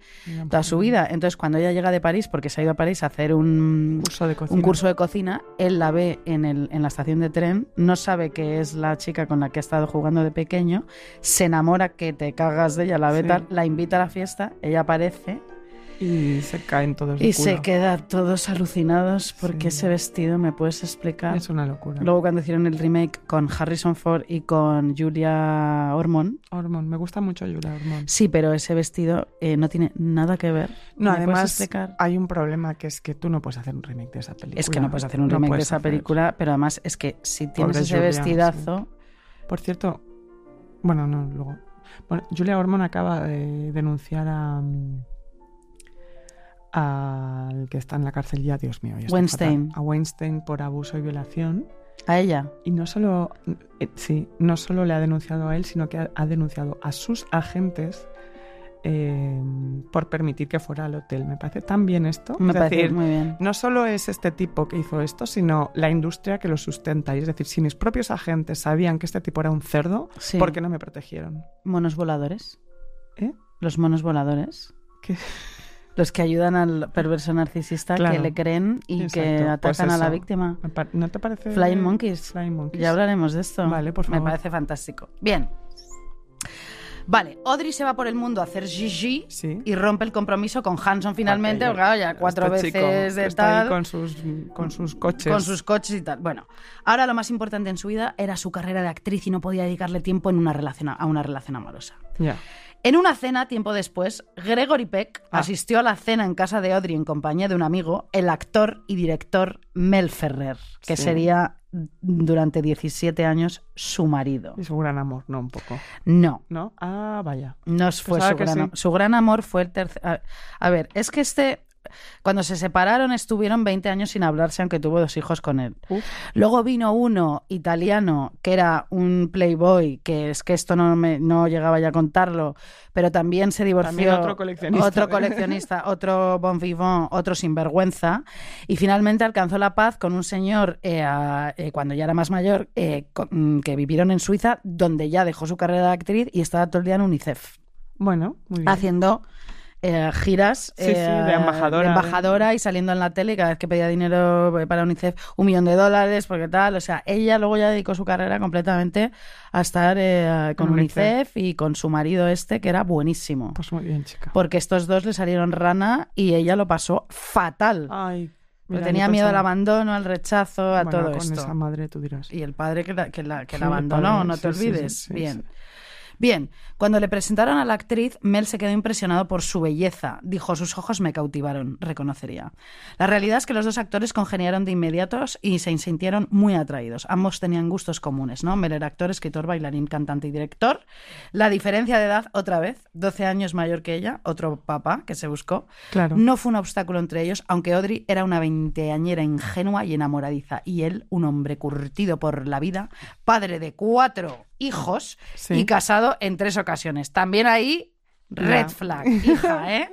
toda su vida. Entonces, cuando ella llega de París, porque se ha ido a París a hacer un, Curso de cocina. un curso de cocina, él la ve en, el, en la estación de tren, no sabe que es la chica con la que ha estado jugando de pequeño, se enamora que te cagas de ella, la ve Sí. tal, la invita a la fiesta, ella aparece Y se caen todos Pues de y se culo. quedan todos alucinados porque Sí. ese vestido, ¿me puedes explicar? Es una locura. Luego cuando hicieron el remake con Harrison Ford y con Julia Ormond, Hormón, me gusta mucho Julia Hormón. sí, pero ese vestido eh, no tiene nada que ver. No, ¿Me puedes además explicar? hay un problema que es que tú no puedes hacer un remake de esa película. Es que no puedes hacer un remake de puedes esa hacer. película, pero además es que si tienes Pobre ese Julia, vestidazo, Por cierto, bueno, no, luego. Bueno, Julia Ormond acaba de denunciar a mm, al que está en la cárcel ya, Dios mío. ya estoy Weinstein. fatal. A Weinstein por abuso y violación. a ella. Y no solo, eh, sí, no solo le ha denunciado a él, sino que ha, ha denunciado a sus agentes eh, por permitir que fuera al hotel. Me parece tan bien esto. Me Es parece decir, muy bien. no solo es este tipo que hizo esto, sino la industria que lo sustenta. Y es decir, si mis propios agentes sabían que este tipo era un cerdo, Sí. ¿por qué no me protegieron? Monos voladores. ¿Eh? Los monos voladores. ¿Qué? Los que ayudan al perverso narcisista que Claro. le creen y que Exacto, pues atacan a la eso. víctima. Me par- ¿No te parece? Flying monkeys. Flying Monkeys. Ya hablaremos de esto. Vale, por Me favor. parece fantástico. Bien. Vale, Audrey se va por el mundo a hacer Gigi Sí. y rompe el compromiso con Hanson finalmente, Aquello. porque, claro, ya cuatro Este chico veces que de está ahí tal. Con sus, con sus coches. Con sus coches y tal. Bueno, ahora lo más importante en su vida era su carrera de actriz y no podía dedicarle tiempo en una relación, a una relación amorosa. Ya. En una cena, tiempo después, Gregory Peck Ah. asistió a la cena en casa de Audrey en compañía de un amigo, el actor y director Mel Ferrer, que Sí. sería durante 17 años su marido. Y su gran amor, ¿no? Un poco. No, ¿No? Ah, vaya. no fue Pensaba su que gran, sí. am- su gran amor fue el tercer... A, a ver, es que este... Cuando se separaron estuvieron 20 años sin hablarse, aunque tuvo dos hijos con él. Uf. Luego vino uno italiano que era un playboy, que es que esto no, me, no llegaba ya a contarlo, pero también se divorció. También otro coleccionista. ¿eh? Otro coleccionista, otro bon vivant, otro sinvergüenza. Y finalmente alcanzó la paz con un señor, eh, a- eh, cuando ya era más mayor, eh, co- mm, que vivieron en Suiza, donde ya dejó su carrera de actriz y estaba todo el día en UNICEF, Bueno, muy bien. haciendo eh, giras Sí, sí, de eh, embajadora, de- embajadora y saliendo en la tele y cada vez que pedía dinero eh, para UNICEF un millón de dólares porque tal o sea ella luego ya dedicó su carrera completamente a estar eh, con Con UNICEF. UNICEF. y con su marido este que era buenísimo Pues muy bien, chica. porque estos dos le salieron rana y ella lo pasó fatal Ay, Pero Ah, mira, tenía ni miedo al pensaba. abandono al rechazo a Bueno, todo con esto esa madre tú dirás. y el padre que la, que la, que Sí, la el abandonó, padre, no sí, te sí, sí, olvides. sí, Bien. sí. Bien, cuando le presentaron a la actriz, Mel se quedó impresionado por su belleza. Dijo, sus ojos me cautivaron, reconocería. La realidad es que los dos actores congeniaron de inmediatos y se sintieron muy atraídos. Ambos tenían gustos comunes, ¿no? Mel era actor, escritor, bailarín, cantante y director. La diferencia de edad, otra vez, 12 años mayor que ella, otro papá que se buscó. Claro. No fue un obstáculo entre ellos, aunque Audrey era una veinteañera ingenua y enamoradiza, y él, un hombre curtido por la vida, padre de cuatro hijos Sí. y casado en tres ocasiones. También ahí, red Ya. flag, hija, ¿eh?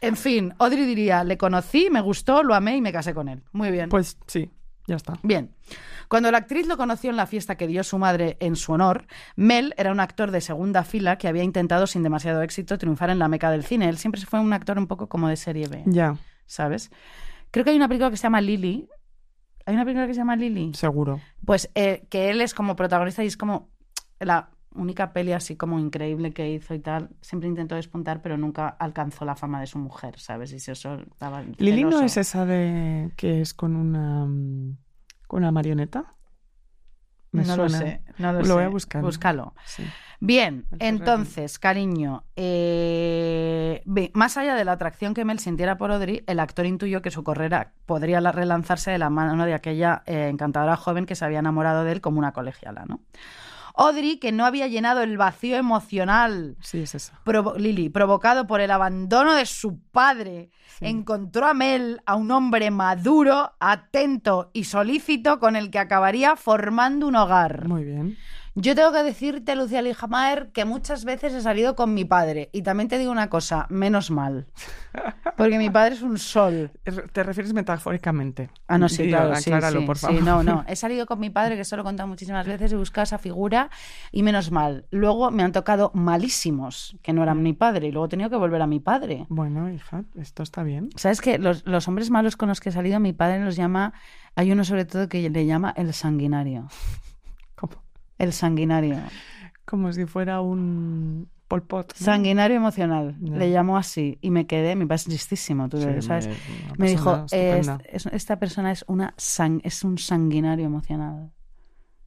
En fin, Audrey diría, le conocí, me gustó, lo amé y me casé con él. Muy bien. Pues sí, ya está. Bien. Cuando la actriz lo conoció en la fiesta que dio su madre en su honor, Mel era un actor de segunda fila que había intentado sin demasiado éxito triunfar en la meca del cine. Él siempre fue un actor un poco como de serie B. Ya, ¿sabes? Creo que hay una película que se llama Lily. ¿Hay una película que se llama Lily? seguro. Pues eh, que él es como protagonista y es como la única peli así como increíble que hizo y tal. Siempre intentó despuntar, pero nunca alcanzó la fama de su mujer, ¿sabes? Y se eso estaba Lili no celoso. es esa de que es con una mm, con una marioneta. Me no lo suena. sé, no lo, Lo sé. voy a buscar. Búscalo. Sí. Bien, Al Ferrari. entonces, cariño, eh, ve- más allá de la atracción que Mel sintiera por Audrey, el actor intuyó que su carrera podría la- relanzarse de la mano de aquella eh, encantadora joven que se había enamorado de él como una colegiala, ¿no? Audrey, que no había llenado el vacío emocional Sí, es esa. provo- Lily, provocado por el abandono de su padre, Sí. encontró a Mel, a un hombre maduro, atento y solícito con el que acabaría formando un hogar. Muy bien. Yo tengo que decirte, Lucía Lijamaer, que muchas veces he salido con mi padre. Y también te digo una cosa, menos mal. Porque mi padre es un sol. Er- Te refieres metafóricamente. Ah, no, sí, Di, claro, sí, acláralo, sí, por sí, favor. no, no. He salido con mi padre, que eso lo he contado muchísimas veces, he buscado esa figura y menos mal. Luego me han tocado malísimos, que no eran mi padre, y luego he tenido que volver a mi padre. Bueno, hija, esto está bien. ¿Sabes que los, los hombres malos con los que he salido, mi padre los llama, hay uno sobre todo que le llama el sanguinario. Como, El sanguinario. como si fuera un polpot. Sanguinario emocional, Mm. Ya. le llamó así y me quedé, mi padre es listísimo, tú lo sabes. Me, dijo, "Eh, es- es- esta persona es, una sang- es un sanguinario emocional.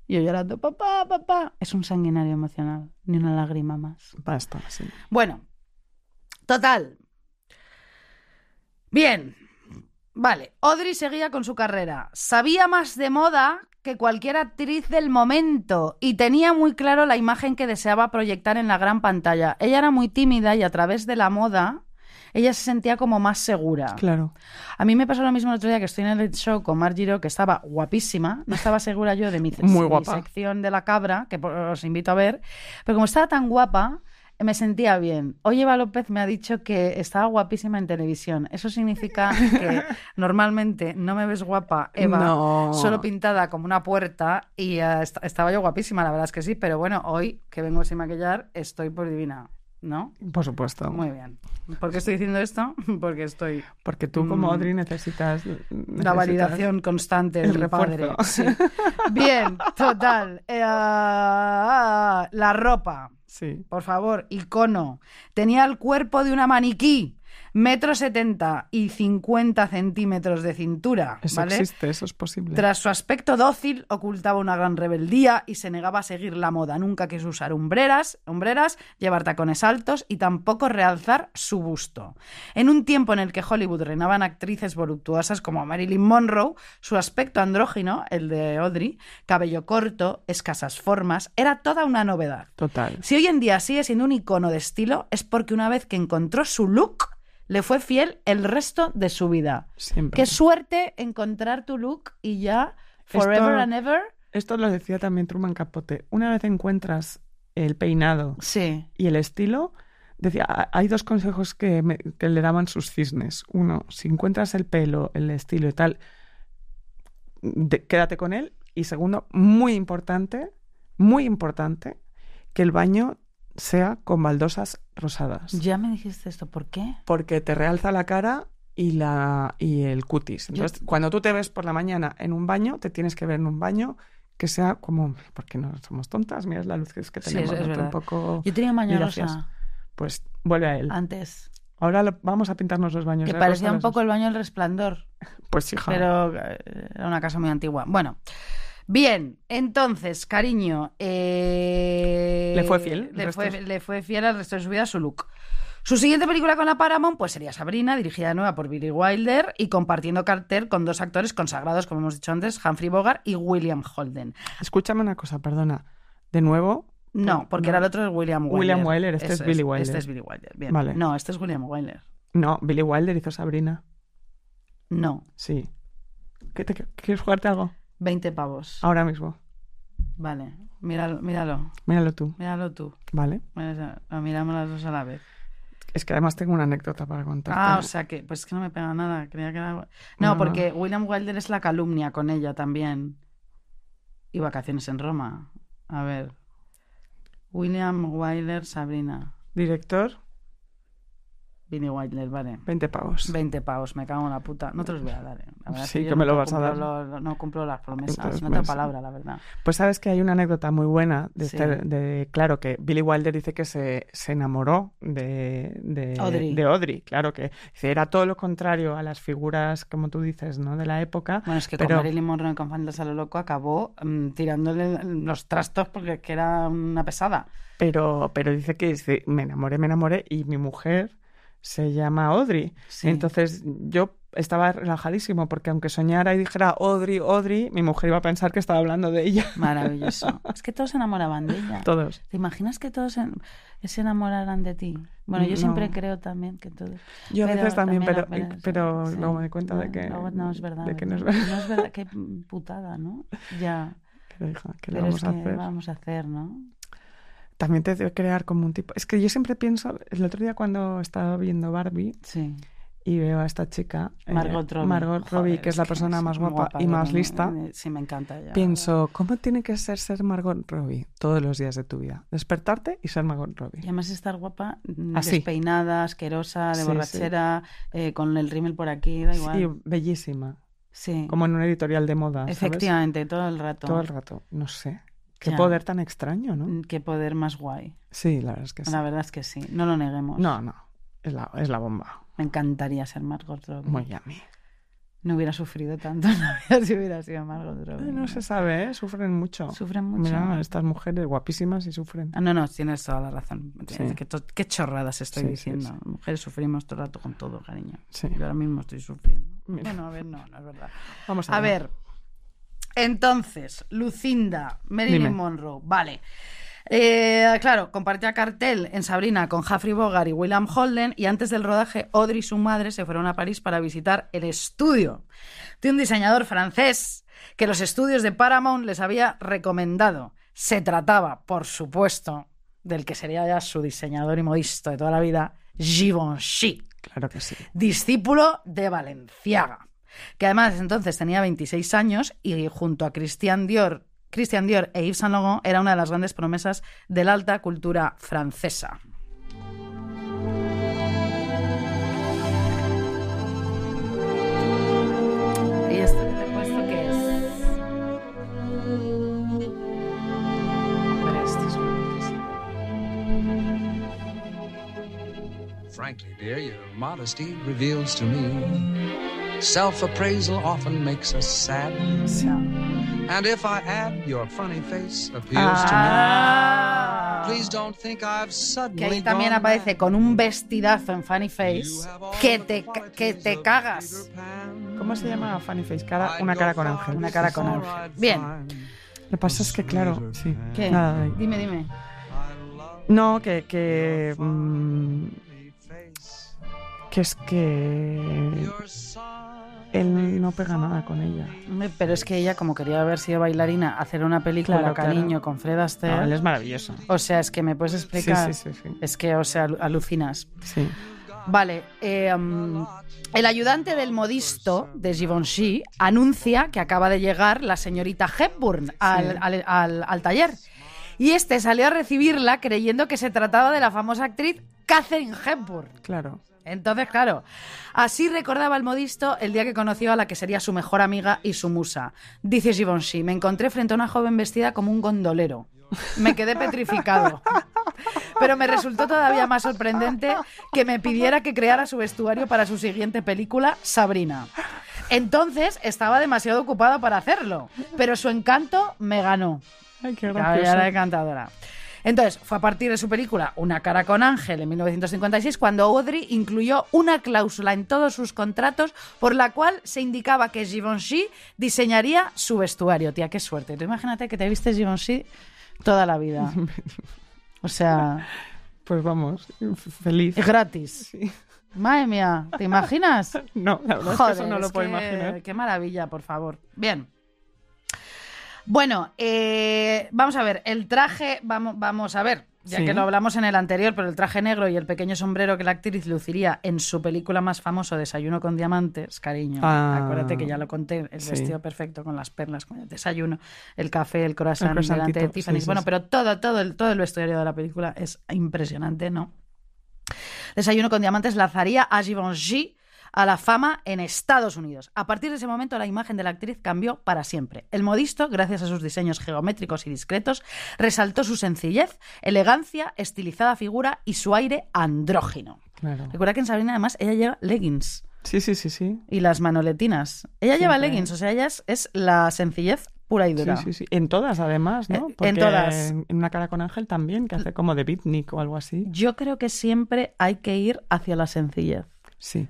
Yo llorando, papá, papá, es un sanguinario emocional, ni una lágrima más. Basta, sí. Bueno, total. Bien, vale, Audrey seguía con su carrera, sabía más de moda que cualquier actriz del momento y tenía muy claro la imagen que deseaba proyectar en la gran pantalla. Ella era muy tímida y a través de la moda ella se sentía como más segura. Claro. A mí me pasó lo mismo el otro día que estoy en el show con Mar Giro, que estaba guapísima. No estaba segura yo de mi, Muy mi guapa. sección de la cabra, que por- os invito a ver. Pero como estaba tan guapa, me sentía bien. Hoy Eva López me ha dicho que estaba guapísima en televisión. Eso significa que normalmente no me ves guapa, Eva. No. Solo pintada como una puerta y eh, est- estaba yo guapísima, la verdad es que sí, pero bueno, hoy que vengo sin maquillar estoy por divina, ¿no? Por supuesto. Muy bien. ¿Por qué estoy diciendo esto? Porque estoy Porque tú como Mm. Audrey necesitas... la necesitas- validación constante el del padre. refuerzo. sí. Bien, total. Eh, ah, la ropa, Sí. por favor, icono. Tenía el cuerpo de una maniquí, metro setenta y 50 centímetros de cintura, Eso ¿vale? existe, eso es posible. Tras su aspecto dócil, ocultaba una gran rebeldía y se negaba a seguir la moda. Nunca quiso usar hombreras, hombreras, llevar tacones altos y tampoco realzar su busto. En un tiempo en el que Hollywood reinaban actrices voluptuosas como Marilyn Monroe, su aspecto andrógino, el de Audrey, cabello corto, escasas formas, era toda una novedad. Total. Si hoy en día sigue siendo un icono de estilo, es porque una vez que encontró su look, le fue fiel el resto de su vida. Siempre. Qué suerte encontrar tu look y ya forever Esto- and ever. Esto lo decía también Truman Capote. Una vez encuentras el peinado Sí. y el estilo, decía, "Ah, hay dos consejos que, me- que le daban sus cisnes. Uno, si encuentras el pelo, el estilo y tal, de- quédate con él. Y segundo, muy importante, muy importante, que el baño sea con baldosas rosadas. Ya me dijiste esto, ¿por qué? Porque te realza la cara y, la, y el cutis. Entonces, cuando tú te ves por la mañana en un baño, te tienes que ver en un baño que sea como, porque no somos tontas, mira la luz que, es que Sí, tenemos, es- es ¿no? verdad. tampoco... Yo tenía mañana Gracias. rosa Pues vuelve a él. antes, Ahora lo- vamos a pintarnos los baños. que de parecía rosa, los- un poco el baño del resplandor, Pues hija, pero eh, era una casa muy antigua. Bueno, bien, entonces, cariño, eh, Le fue fiel el le resto fue, de- le fue fiel al resto de su vida su look. Su siguiente película con la Paramount pues sería Sabrina, dirigida de nuevo por Billy Wilder y compartiendo cartel con dos actores consagrados, como hemos dicho antes, Humphrey Bogart y William Holden. escúchame una cosa, perdona. De nuevo, No, porque No. era el otro de William Wyler. William Wyler, este es Eso Billy Wilder. Este es Billy Wilder, bien. Vale. No, este es William Wyler. no, Billy Wilder hizo Sabrina. No, Sí. ¿Qué te- ¿Quieres jugarte algo? 20 pavos. Ahora mismo. Vale, míralo, míralo, Míralo tú, míralo tú. ¿vale? Mira- lo Miramos las dos a la vez. Es que además tengo una anécdota para contar. Ah, o sea que, pues es que no me pega nada. Creía que era... algo- No, No, no. porque William Wilder es la calumnia con ella también. Y vacaciones en Roma. A ver. William Wilder, Sabrina. Director, Billy Wilder, vale. 20 pavos. 20 pavos, me cago en la puta. No te los voy a dar. eh. La verdad es Sí, yo que me nunca lo vas a cumplo dar. lo- no cumplo las promesas, Entonces, no te pues, palabra, la verdad. Pues sabes que hay una anécdota muy buena de, Sí. este- de- claro, que Billy Wilder dice que se, se enamoró de, de, Audrey. de Audrey. Claro que dice, era todo lo contrario a las figuras, como tú dices, ¿no? De la época. Bueno, es que Pero- con Marilyn Monroe y con Fantas a lo loco acabó mm, tirándole los trastos porque es que era una pesada. Pero, pero dice que dice, me enamoré, me enamoré y mi mujer se llama Audrey. Sí. Entonces yo estaba relajadísimo porque aunque soñara y dijera Audrey, Audrey, mi mujer iba a pensar que estaba hablando de ella. Maravilloso. es que todos se enamoraban de ella. Todos. ¿Te imaginas que todos en- se enamoraran de ti? Bueno, yo siempre No. creo también que todos. Yo a Pero veces también, pero, no, pero, sí, sí. luego me doy cuenta de No, que luego no es verdad. de que no es ¿verdad? verdad. No es verdad, qué putada, ¿no? Ya. Pero, hija, ¿qué le Pero vamos es a que hacer? vamos a hacer, ¿no? También te debe crear como un tipo... Es que yo siempre pienso, el otro día cuando estaba viendo Barbie Sí. y veo a esta chica, eh, Margot Robbie. Margot Robbie, Joder, que es la persona más guapa, y yo más me- lista, me- Sí, me encanta ella. Pienso, ¿cómo tiene que ser ser Margot Robbie todos los días de tu vida? Despertarte y ser Margot Y Robbie. además estar guapa, mm, Así. despeinada, asquerosa, de Ah, Sí, sí. borrachera, eh, con el rímel por aquí, da Sí, igual. bellísima. Sí, Como en un editorial de moda. ¿sabes? efectivamente, todo el rato. Todo el rato. No sé. Qué Ya. poder tan extraño, ¿no? Mm, Qué poder más guay. Sí, la verdad es que sí. La verdad es que sí, no lo neguemos. No, no. Es la, es la bomba. Me encantaría ser Margot Robbie. Muy Miami. No hubiera sufrido tanto en la vida si hubiera sido Margot Robbie. No se sabe, ¿eh? Sufren mucho. Sufren mucho. Mira, estas mujeres guapísimas y sufren. Ah, No, no, tienes toda la razón. Sí. Qué, to- qué chorradas estoy Sí, sí, diciendo. Mujeres sufrimos todo el rato con todo, cariño. Sí. Yo ahora mismo estoy sufriendo. Mira. Bueno, a ver, no, no es verdad. Vamos a, A ver, entonces, Lucinda, Marilyn Dime. Monroe, vale. Eh, claro, compartía cartel en Sabrina con Humphrey Bogart y William Holden y antes del rodaje Audrey y su madre se fueron a París para visitar el estudio de un diseñador francés que los estudios de Paramount les había recomendado. Se trataba, por supuesto, del que sería ya su diseñador y modisto de toda la vida, Givenchy Claro que sí. discípulo de Valenciaga, que además entonces tenía 26 años y junto a Christian Dior, Christian Dior e Yves Saint Laurent era una de las grandes promesas de la alta cultura francesa. ¿Y esto que te he puesto qué es? Hombre, esto es buenísimo. Frankly, dear, your modesty reveals to me self appraisal often makes us sad. And if I add, your funny face appeals Ah. to me. Please don't think I've que suddenly. ahí también gone aparece mad. con un vestidazo en Funny You Face have all que the te, ca- que qualities te of cagas. Peter Pan. ¿Cómo se llama Fanny Face? Cara, una cara con ángel. Una cara con Sí, sí. ángel. Bien. Lo que pasa es que, claro, sí. ¿Qué? Nada de- Ah. Dime, dime. No, que, que, mm, que es que él no pega nada con ella. Hombre, Pero es que ella, como quería haber sido bailarina, hacer una película Claro, claro. cariño con Fred No, Astaire. él es maravilloso. O sea, es que me puedes Sí, explicar. sí, sí, sí. Es que, o sea, alu- alucinas. Sí. Vale. eh, mm, el ayudante del modisto de Givenchy anuncia que acaba de llegar la señorita Hepburn al, al- al- al taller. y este salió a recibirla creyendo que se trataba de la famosa actriz Catherine Hepburn. Claro. Entonces, claro, así recordaba el modisto el día que conoció a la que sería su mejor amiga y su musa. Dice Givenchy, me encontré frente a una joven vestida como un gondolero. Me quedé petrificado. Pero me resultó todavía más sorprendente que me pidiera que creara su vestuario para su siguiente película, Sabrina. Entonces estaba demasiado ocupada para hacerlo, pero su encanto me ganó. Ay, qué Caballera gracioso. encantadora. Entonces, fue a partir de su película Una cara con Ángel en 1956 cuando Audrey incluyó una cláusula en todos sus contratos por la cual se indicaba que Givenchy diseñaría su vestuario. Tía, qué suerte. Tú imagínate que te viste Givenchy toda la vida. O sea, Pues vamos, f- feliz. es gratis. Sí. Madre mía, ¿te imaginas? No, la verdad Joder, es que eso no lo es puedo que- imaginar. Qué maravilla, por favor. Bien. Bueno, eh, vamos a ver, el traje, vamos, vamos a ver, ya Sí. que lo hablamos en el anterior, pero el traje negro y el pequeño sombrero que la actriz luciría en su película más famoso, Desayuno con Diamantes, cariño, Ah. acuérdate que ya lo conté, el Sí. vestido perfecto con las perlas, con el desayuno, el café, el croissant, El croissantito, delante de sí, Tiffany. sí, bueno, sí. pero todo, todo, el, todo el vestuario de la película es impresionante, ¿no? Desayuno con Diamantes lanzaría a Givenchy a la fama en Estados Unidos. A partir de ese momento, la imagen de la actriz cambió para siempre. El modisto, gracias a sus diseños geométricos y discretos, resaltó su sencillez, elegancia, estilizada figura y su aire andrógino. Claro. Recuerda que en Sabrina, además, ella lleva leggings Sí, sí, sí, sí. y las manoletinas. Ella lleva Siempre. leggings, o sea, ella es, es la sencillez pura y Sí, dura. sí, sí. En todas, además, Eh, ¿no? en Porque todas. En una cara con Ángel también, que hace como de beatnik o algo así. Yo creo que siempre hay que ir hacia la sencillez, Sí.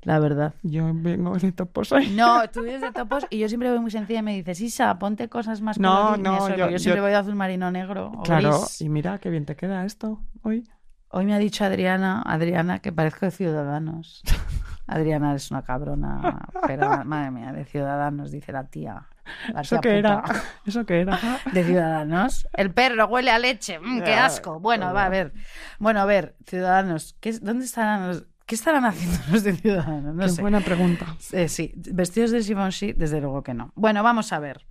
la verdad. Yo vengo de toposa. No, tú vienes de topos y yo siempre voy muy sencilla y me dices, Isa, ponte cosas más No, colorines", no, o- yo- yo, siempre yo- voy de azul marino negro o Claro, gris. y mira qué bien te queda esto hoy. Hoy me ha dicho Adriana, Adriana, que parezco de Ciudadanos. Adriana es una cabrona, pero madre mía, de Ciudadanos, dice la tía. La Eso tía que era. puta. Eso que era. De Ciudadanos. El perro huele a leche. Mm, qué Ya, asco. Bueno, va a ver. Bueno, a ver, Ciudadanos, ¿qué, es- ¿dónde estarán los, qué estarán haciendo los de Ciudadanos? No qué sé. buena pregunta. Eh, sí, vestidos de Givenchy, desde luego que no. Bueno, vamos a ver.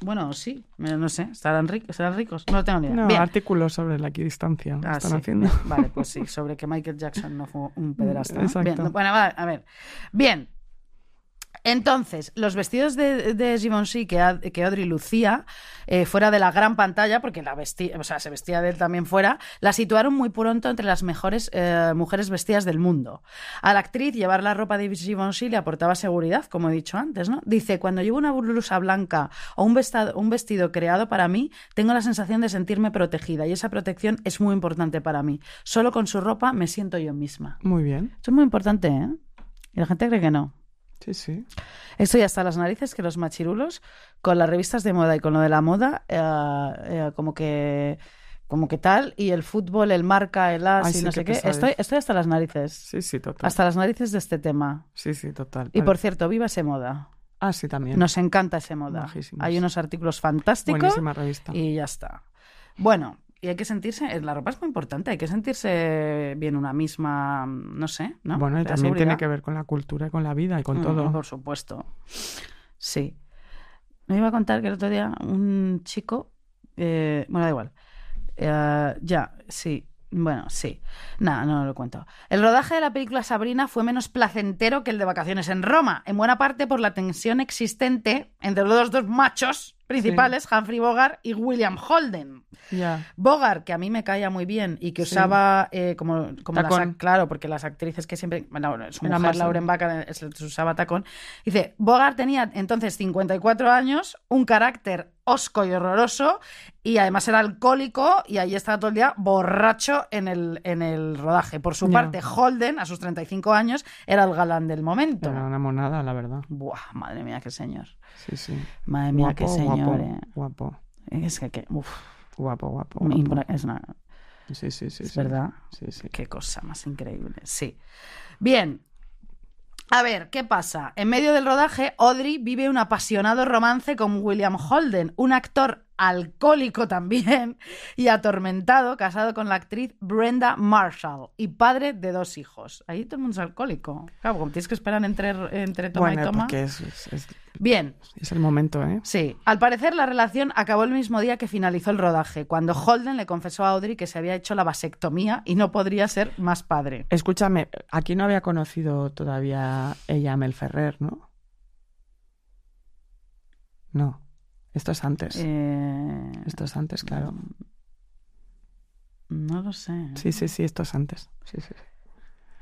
Bueno, sí, eh, no sé, estarán ricos, serán ricos, no tengo ni idea. No, Bien. artículos sobre la equidistancia Ah, están sí, haciendo. bien. Vale, pues sí, sobre que Michael Jackson no fue un pederasta. ¿no? Exacto. Bien, no, bueno, va, a ver. Bien. Entonces, los vestidos de, de Givenchy que, Ad- que Audrey lucía eh, fuera de la gran pantalla, porque la vesti- o sea, se vestía de él también fuera, la situaron muy pronto entre las mejores eh, mujeres vestidas del mundo. A la actriz llevar la ropa de Givenchy le aportaba seguridad, como he dicho antes, ¿no? Dice, cuando llevo una blusa blanca o un vestado, un vestido creado para mí, tengo la sensación de sentirme protegida y esa protección es muy importante para mí. Solo con su ropa me siento yo misma. Muy bien. Esto es muy importante, ¿eh? Y la gente cree que no. Sí, sí. Estoy hasta las narices que los machirulos, con las revistas de moda y con lo de la moda, eh, eh, como que como que tal, y el fútbol, el marca, el as Ay, y sí, no qué sé qué. pesadez. Estoy, estoy hasta las narices. Sí, sí, total. Hasta las narices de este tema. Sí, sí, total. Y por cierto, viva ese moda. Ah, sí, también. Nos encanta ese moda. Majísimos. Hay unos artículos fantásticos Buenísima revista. y ya está. Bueno, y hay que sentirse, eh, la ropa es muy importante, hay que sentirse bien una misma, mm, no sé, ¿no? Bueno, y La también tiene seguridad. que ver con la cultura y con la vida y con Mm, todo. Por supuesto. Sí. Me iba a contar que el otro día un chico. eh, bueno, da igual. Eh, ya, sí. Bueno, sí. Nada, no lo cuento. El rodaje de la película Sabrina fue menos placentero que el de Vacaciones en Roma, en buena parte por la tensión existente entre los dos machos principales, Humphrey Bogart y William Holden. Ya. Bogart, que a mí me caía muy bien y que Sí. usaba eh, como, como las, Tacón. ac- claro, porque las actrices que siempre, bueno, su Era mujer más- Lauren Bacall eh, es la que usaba tacón, dice, Bogart tenía entonces 54 años, un carácter osco y horroroso y además era alcohólico y ahí estaba todo el día borracho en el, en el rodaje. Por su Ya. parte, Holden, a sus 35 años, era el galán del momento. Era una monada, la verdad. Buah, madre mía, qué señor. Sí, sí. Madre mía, qué señor. eh. guapo, guapo, Es que, que- uf, guapo, guapo, me guapo. impone- es una- Sí, sí, sí. sí. es verdad. Sí, sí. Qué cosa más increíble, sí. Bien. A ver, ¿qué pasa? En medio del rodaje, Audrey vive un apasionado romance con William Holden, un actor alcohólico también y atormentado, casado con la actriz Brenda Marshall y padre de dos hijos. Ahí todo el mundo es alcohólico. Claro, como tienes que esperar entre, entre toma bueno, y toma. porque es, es- es Bien, Es el momento, ¿eh? Sí, al parecer la relación acabó el mismo día que finalizó el rodaje, cuando Holden le confesó a Audrey que se había hecho la vasectomía y no podría ser más padre. Escúchame, aquí no había conocido todavía ella a Mel Ferrer, ¿no? No. Esto es antes. Eh, Esto es antes, claro. no lo sé. Sí, sí, sí, esto es antes. Sí, sí.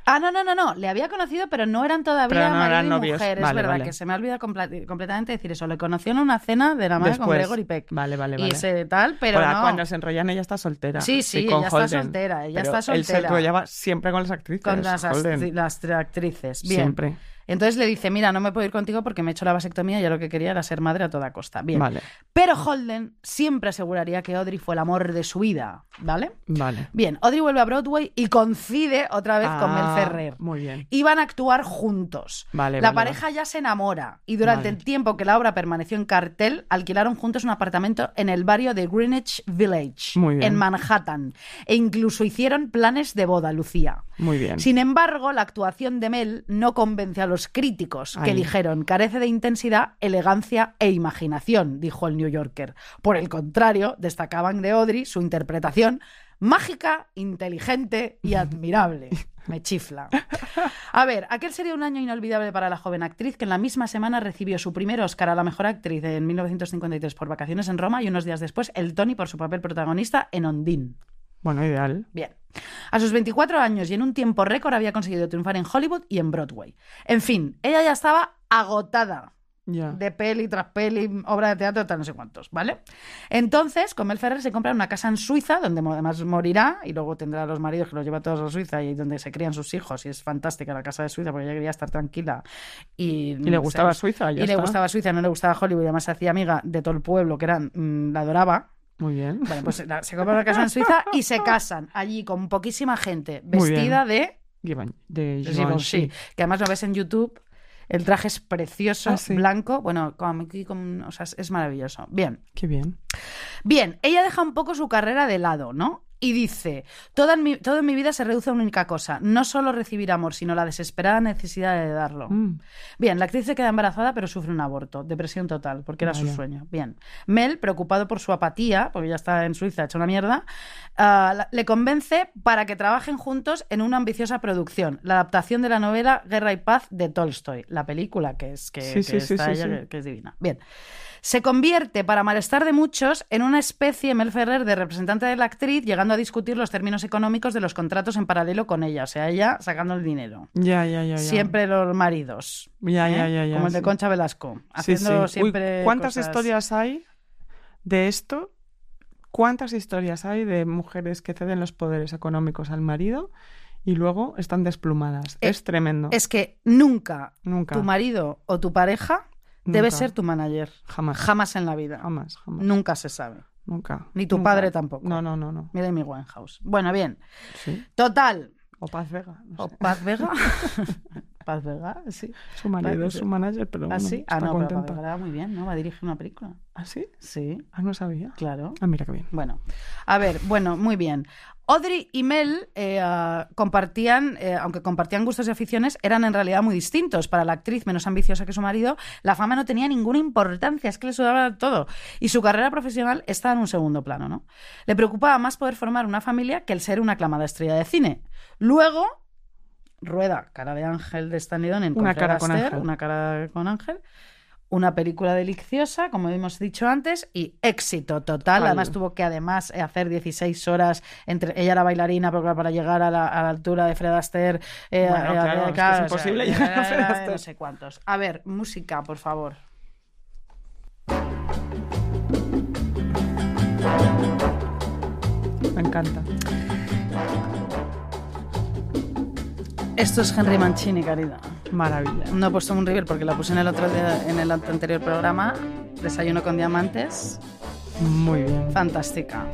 Ah, no, no, no, no. Le había conocido, pero no eran todavía Pero no marido eran y novios. mujer. es Vale, verdad vale. que se me ha olvidado compla- completamente decir eso. Le conoció en una cena de la madre con Después. Gregory Peck. Vale, vale, vale. Y ese tal, pero Ahora, no. Cuando se enrollan, ella está soltera. Sí, sí, con ella está Holden. soltera, ella Pero está Él se soltera. enrollaba siempre con las actrices. Con las, Holden. actri- las actrices. Bien. Siempre. Entonces le dice, mira, no me puedo ir contigo porque me he hecho la vasectomía y yo lo que quería era ser madre a toda costa. Bien. Vale, Pero Holden siempre aseguraría que Audrey fue el amor de su vida, ¿vale? vale. Bien, Audrey vuelve a Broadway y coincide otra vez con Mel Ah, Ferrer. Muy bien. Y van a actuar juntos. Vale, la vale, pareja ya se enamora y durante Vale. el tiempo que la obra permaneció en cartel, alquilaron juntos un apartamento en el barrio de Greenwich Village, Muy bien. en Manhattan. E incluso hicieron planes de boda, Lucía. Muy bien. Sin embargo, la actuación de Mel no convence a los críticos, que Ay. dijeron carece de intensidad, elegancia e imaginación, dijo el New Yorker. Por el contrario, destacaban de Audrey su interpretación mágica, inteligente y admirable. Me chifla. A ver, aquel sería un año inolvidable para la joven actriz que en la misma semana recibió su primer Oscar a la mejor actriz en 1953 por Vacaciones en Roma y unos días después el Tony por su papel protagonista en Ondine. Bueno, ideal. Bien. A sus 24 años y en un tiempo récord había conseguido triunfar en Hollywood y en Broadway. En fin, ella ya estaba agotada Ya. de peli tras peli, obra de teatro, tal, no sé cuántos, ¿vale? Entonces, con Mel Ferrer se compra una casa en Suiza, donde mo- además morirá y luego tendrá a los maridos que los lleva todos a Suiza y donde se crían sus hijos. Y es fantástica la casa de Suiza porque ella quería estar tranquila. Y, Y le gustaba Suiza, ya Y le está. gustaba Suiza, no le gustaba Hollywood, y además se hacía amiga de todo el pueblo, que eran, mm, la adoraba. Muy bien. Bueno, pues la- se compra una casa en Suiza y se casan allí con poquísima gente Muy bien. vestida de Given- de Givenchy. Givenchy. Que además lo ves en YouTube. El traje es precioso, Ah, sí. blanco. Bueno, con, aquí con- o sea, es- es maravilloso. Bien. Qué bien. Bien, ella deja un poco su carrera de lado, ¿no? Y dice, toda en mi, todo en mi vida se reduce a una única cosa, no solo recibir amor, sino la desesperada necesidad de darlo. Mm, Bien, la actriz se queda embarazada pero sufre un aborto, depresión total, porque era su Vaya. sueño. Bien, Mel, preocupado por su apatía, porque ya está en Suiza hecha una mierda, ah, la- le convence para que trabajen juntos en una ambiciosa producción, la adaptación de la novela Guerra y Paz de Tolstoy, la película que es que, Sí, que sí, sí, está sí, ella, sí. que- que es divina. Bien, se convierte, para malestar de muchos, en una especie, Mel Ferrer, de representante de la actriz, llegando a discutir los términos económicos de los contratos en paralelo con ella, o sea, ella sacando el dinero. Ya, ya, ya. ya. Siempre los maridos. Ya, ya, ¿eh? ya, ya, Como el de sí. Concha Velasco. Sí, Haciendo sí. Uy, siempre. ¿Cuántas cosas- historias hay de esto? ¿Cuántas historias hay de mujeres que ceden los poderes económicos al marido y luego están desplumadas? Eh, es tremendo. Es que nunca Nunca. tu marido o tu pareja debe Nunca. ser tu manager. Jamás. Jamás en la vida. Jamás, jamás. Nunca se sabe. Nunca. Ni tu Nunca. padre tampoco. No, no, no, no. Mira mi Winehouse. Bueno, bien. Sí. Total. O Paz Vega. no O sé. Paz Vega. Paz Vega, sí. Su marido Paz- es su manager, pero bueno, Así. está Ah, no, pero Paz contenta. Vega le va muy bien, ¿no? Va a dirigir una película. ¿Ah, sí? Sí, Ah, no sabía. claro. Ah, mira qué bien. Bueno, a ver, bueno, muy bien. Audrey y Mel eh, ah, compartían, eh, aunque compartían gustos y aficiones, eran en realidad muy distintos. Para la actriz menos ambiciosa que su marido, la fama no tenía ninguna importancia, es que le sudaba todo. Y su carrera profesional estaba en un segundo plano, ¿no? Le preocupaba más poder formar una familia que el ser una aclamada estrella de cine. Luego, rueda, cara de ángel de Stanley Donen, Una cara con ángel. una cara con ángel una película deliciosa, como hemos dicho antes, y éxito total. Vale. Además tuvo que además eh, hacer 16 horas entre ella era bailarina porque para llegar a la, a la altura de Fred Astaire. eh, Bueno, eh, claro, eh, es que es imposible llegar a era- Fred era de Astaire. No sé cuántos. A ver, música, por favor. Me encanta. Esto es Henry Mancini, querida. Maravilla. No he puesto un River porque la puse en el otro día- en el anterior programa. Desayuno con diamantes. Muy bien. Fantástica.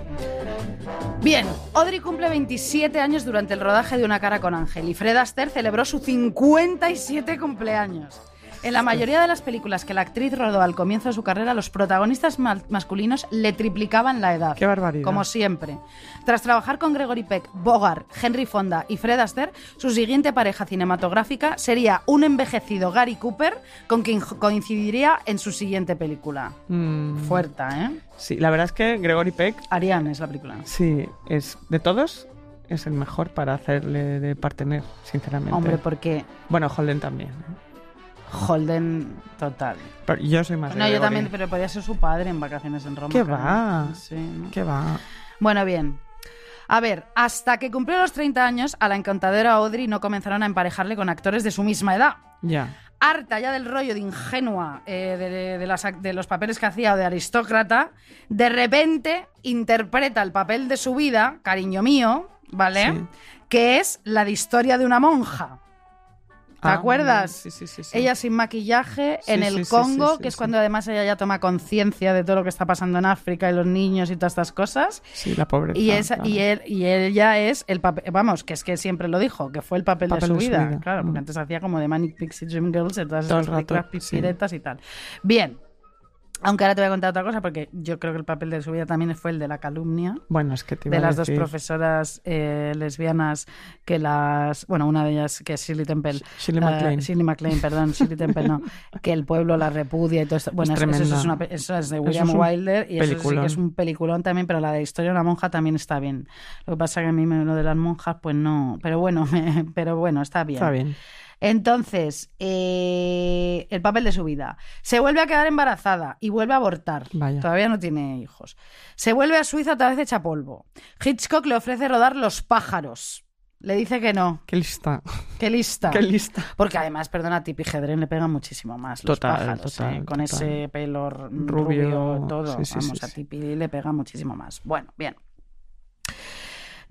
Bien, Audrey cumple 27 años durante el rodaje de Una cara con Ángel y Fred Astaire celebró su 57 cumpleaños. En la mayoría de las películas que la actriz rodó al comienzo de su carrera, los protagonistas mal- masculinos le triplicaban la edad. Qué barbaridad. Como siempre. Tras trabajar con Gregory Peck, Bogart, Henry Fonda y Fred Astaire, su siguiente pareja cinematográfica sería un envejecido Gary Cooper con quien jo- coincidiría en su siguiente película. Mm, Fuerte, ¿eh? Sí, la verdad es que Gregory Peck, Ariane es la película. sí, es de todos, es el mejor para hacerle de partener, sinceramente. Hombre, pues porque Bueno, Holden también. ¿eh? Holden total. Pero yo soy más de No, yo Gregory. también, pero podría ser su padre en vacaciones en Roma. ¿Qué claro. va? Sí, ¿no? ¿Qué va? Bueno, bien. A ver, hasta que cumplió los 30 años, a la encantadora Audrey no comenzaron a emparejarle con actores de su misma edad. Ya. Harta ya del rollo de ingenua eh, de, de- de las ac- de los papeles que hacía o de aristócrata, de repente interpreta el papel de su vida, cariño mío, ¿vale? Sí. Que es la de historia de una monja. ¿Te Ah, acuerdas? Sí, sí, sí. sí. Ella sin maquillaje Sí, en sí, el sí, sí, Congo, sí, que es sí. cuando además ella ya toma conciencia de todo lo que está pasando en África y los niños y todas estas cosas. Sí, la pobreza. Y, esa, claro. y, e él, y ella es el papel, vamos, que es que siempre lo dijo, que fue el papel, de, su vida. Claro, porque Mm. antes hacía como de Manic Pixie Dream Girls, de todas Todo esas el rato, películas sí. pipiretas y tal. Bien, aunque ahora te voy a contar otra cosa, porque yo creo que el papel de su vida también fue el de la calumnia Bueno, es que te iba de a las dos decir- profesoras eh, lesbianas que las bueno una de ellas que es Shirley Temple Sh- Shirley eh, MacLaine. Shirley MacLaine, perdón Shirley Temple no que el pueblo la repudia y todo esto bueno Es es- eso, es tremenda. una pe- eso es de Eso William es un Wilder y eso sí que es peliculón. un peliculón también pero la de Historia de una monja también está bien lo que pasa que a mí me- lo de las monjas pues no pero bueno pero bueno está bien Está bien. entonces eh, el papel de su vida se vuelve a quedar embarazada y vuelve a abortar Vaya. todavía no tiene hijos se vuelve a Suiza otra vez hecha polvo Hitchcock le ofrece rodar Los pájaros le dice que no Qué lista. qué lista Qué lista. porque además, perdona, a Tippi Hedren le pega muchísimo más los Total, pájaros, total, ¿eh? con total. ese pelo r- rubio, Rubio, todo. sí, sí, Vamos, sí, a sí. Tippi le pega muchísimo más. Bueno, bien.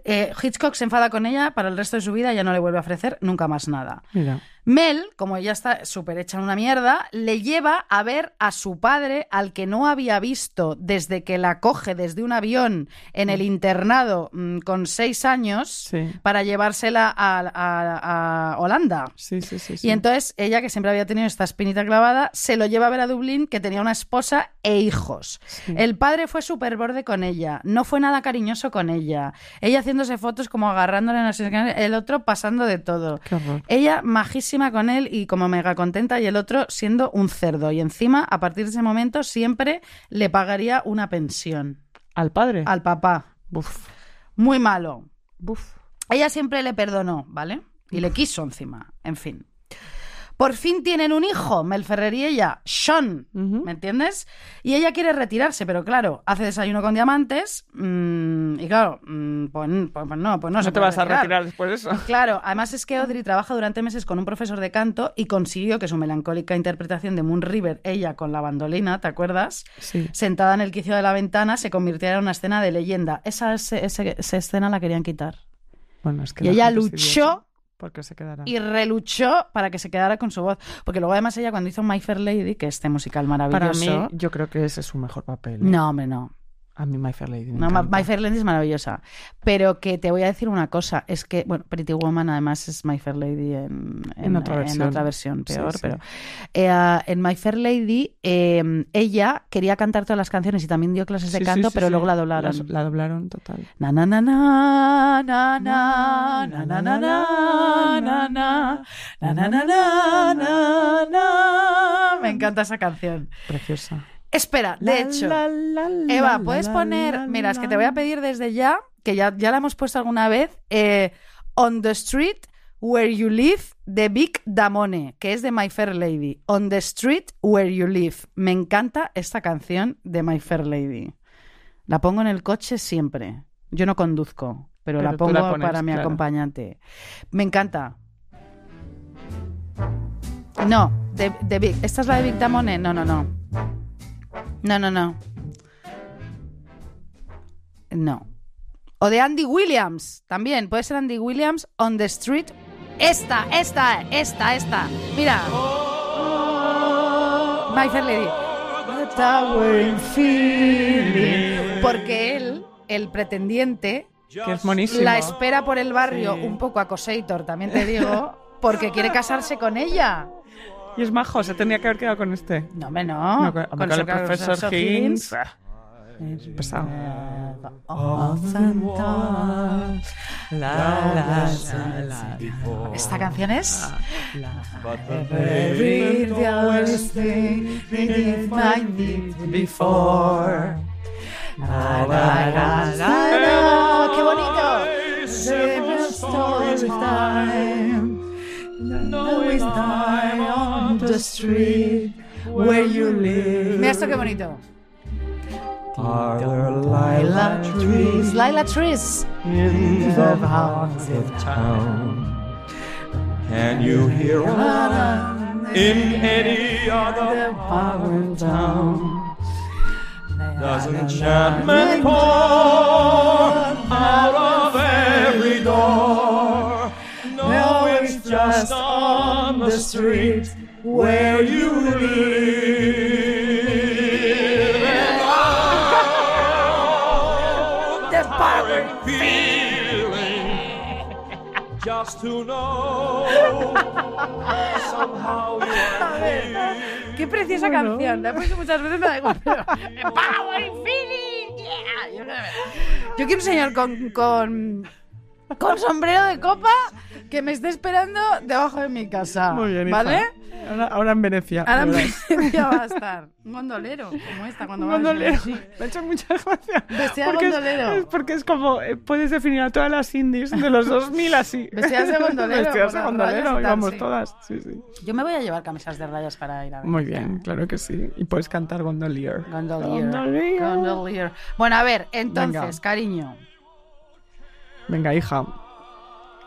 Eh, Hitchcock se enfada con ella para el resto de su vida, ya no le vuelve a ofrecer nunca más nada. Mira. Mel, como ella está súper hecha en una mierda, le lleva a ver a su padre, al que no había visto desde que la coge desde un avión en el internado mm, con seis años, Sí. para llevársela a, a- a Holanda. Sí, sí, sí. sí. Y entonces ella, que siempre había tenido esta espinita clavada, se lo lleva a ver a Dublín, que tenía una esposa e hijos. Sí. El padre fue súper borde con ella, no fue nada cariñoso con ella. Ella haciéndose fotos como agarrándole, no sé qué, el otro pasando de todo. Qué horror. Ella majísima con él y como mega contenta y el otro siendo un cerdo. Y encima, a partir de ese momento, siempre le pagaría una pensión ¿Al padre? al papá. Buf. Muy malo. Buf. Ella siempre le perdonó, ¿vale? Y le quiso encima, en fin. Por fin tienen un hijo, Mel Ferrer y ella, Sean, Ujú. ¿me entiendes? Y ella quiere retirarse, pero claro, hace desayuno con diamantes mm, y claro, mm, pues, pues no, pues no, No se te puede vas a retirar después de eso. Claro, además es que Audrey trabaja durante meses con un profesor de canto y consiguió que su melancólica interpretación de Moon River, ella con la bandolina, ¿te acuerdas? Sí. Sentada en el quicio de la ventana, se convirtiera en una escena de leyenda. Esa, ese- ese- esa escena la querían quitar. Bueno, es que Y la ella gente es luchó idiota. Porque se quedará. y reluchó para que se quedara con su voz. Porque luego, además, ella cuando hizo My Fair Lady, que este musical Para maravilloso. mí, yo creo que ese es su mejor papel. ¿eh? No, hombre, no. A mí My Fair Lady me no Ma- encanta. My Fair Lady es maravillosa. Pero que te voy a decir una cosa: es que, bueno, Pretty Woman además es My Fair Lady en, En otra versión. otra versión, Sí, peor. sí. Pero eh, ah, en My Fair Lady, eh, ella quería cantar todas las canciones y también dio clases de Sí, sí, canto, sí, pero sí. luego la doblaron. Las- La doblaron total. Na na na na na na na na na na na na na na na na na na Me encanta esa canción. Preciosa. Espera, La, de hecho, la, la, la, Eva, la, puedes la, la, poner, mira, es que te voy a la. pedir desde ya, que ya, ya la hemos puesto alguna vez, eh, On the Street Where You Live de Vic Damone, que es de My Fair Lady. On the Street Where You Live. Me encanta esta canción de My Fair Lady. La pongo en el coche siempre. Yo no conduzco, pero, Pero la tú pongo la pones, para mi claro. acompañante. Me encanta. No, de, de Vic. ¿Esta es la de Vic Damone? No, no, no. No, no, no. No. O de Andy Williams, también. Puede ser Andy Williams on the street. Esta, esta, esta, esta. Mira. My Fair Lady. Porque él, el pretendiente, Que es monísimo. la espera por el barrio Sí. un poco a Coseitor, también te digo, porque quiere casarse con ella. Y es majo, se tenía que haber quedado con este. No, hombre, no. No, con, con el Sir profesor Sir Higgins. Higgins. ah, Es Pesado. verdad, oh, Santa, la, la, la, la. Esta canción es. Every other's este, thing they did my need before. La, la, la, la, la. ¡Qué bonito! Several stories time. No it's time on the street where you live. Mira esto qué bonito. Are there lilac trees Laila Tris. in the heart of town? Can you hear one in any other foreign town? Does enchantment pour out of every door? No, it's just on the street where you live. And all the foreign feeling just to know somehow you are here. Qué preciosa canción. La he puesto muchas veces, me da igual. pero- ¡Power Infinity! yeah. Yo creo- Yo quiero un señor con, con, con sombrero de copa que me esté esperando debajo de mi casa. Muy bien, hija. ¿Vale? Ahora, ahora en Venecia. Ahora de en verdad. Valencia va a estar un gondolero, como esta cuando Un va a Gondolero. Sí. Me ha hecho mucha gracia. Vestida de Porque es- gondolero. Es, porque es como, eh, puedes definir a todas las indies de los 2000 así. Vestidas de gondolero, Vestidas de con las gondolero, rayas y tal, íbamos sí. todas. Sí, sí. Yo me voy a llevar camisas de rayas para ir a ver. Muy bien, claro que sí. Y puedes cantar Gondolier. Gondolier. Gondolier. Gondolier. Bueno, a ver, entonces, Venga. cariño, Venga, hija.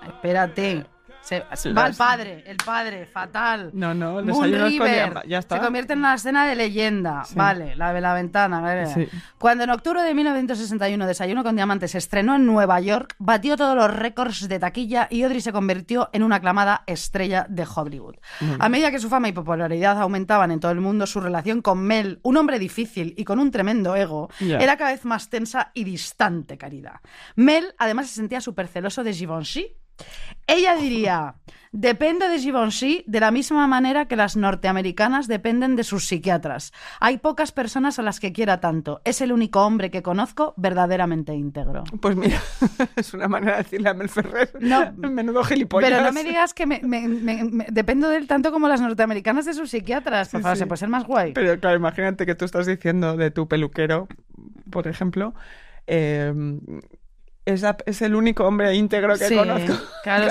espérate. Se, se- va el padre, el padre, fatal. No, no, el Moon desayuno es con River. hierba. Ya está. Se convierte en una escena de leyenda. Sí. Vale, la de la ventana. la de- Sí. Cuando en octubre de 1961 Desayuno con Diamantes se estrenó en Nueva York, batió todos los récords de taquilla y Audrey se convirtió en una aclamada estrella de Hollywood. A medida que su fama y popularidad aumentaban en todo el mundo, su relación con Mel, un hombre difícil y con un tremendo ego, Ya. era cada vez más tensa y distante, caridad. Mel además se sentía súper celoso de Givenchy ella diría, depende de Givenchy de la misma manera que las norteamericanas dependen de sus psiquiatras. Hay pocas personas a las que quiera tanto. Es el único hombre que conozco verdaderamente íntegro. Pues mira, es una manera de decirle a Mel Ferrer. No. Menudo gilipollas. Pero no me digas que me, me- me- me- dependo de él tanto como las norteamericanas de sus psiquiatras. Por Sí, favor, sí. se puede ser más guay. Pero claro, imagínate que tú estás diciendo de tu peluquero, por ejemplo, eh, es, la- es el único hombre íntegro que Sí, conozco. Claro,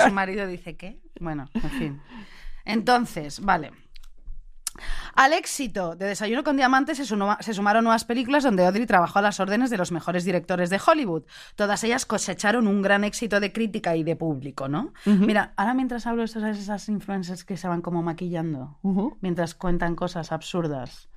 su marido dice que. Bueno, en fin. Entonces, vale. Al éxito de Desayuno con Diamantes se, suma- se sumaron nuevas películas donde Audrey trabajó a las órdenes de los mejores directores de Hollywood. Todas ellas cosecharon un gran éxito de crítica y de público, ¿no? Mira, ahora mientras hablo de esto, ¿sabes esas influencers que se van como maquillando? Ujú. Mientras cuentan cosas absurdas.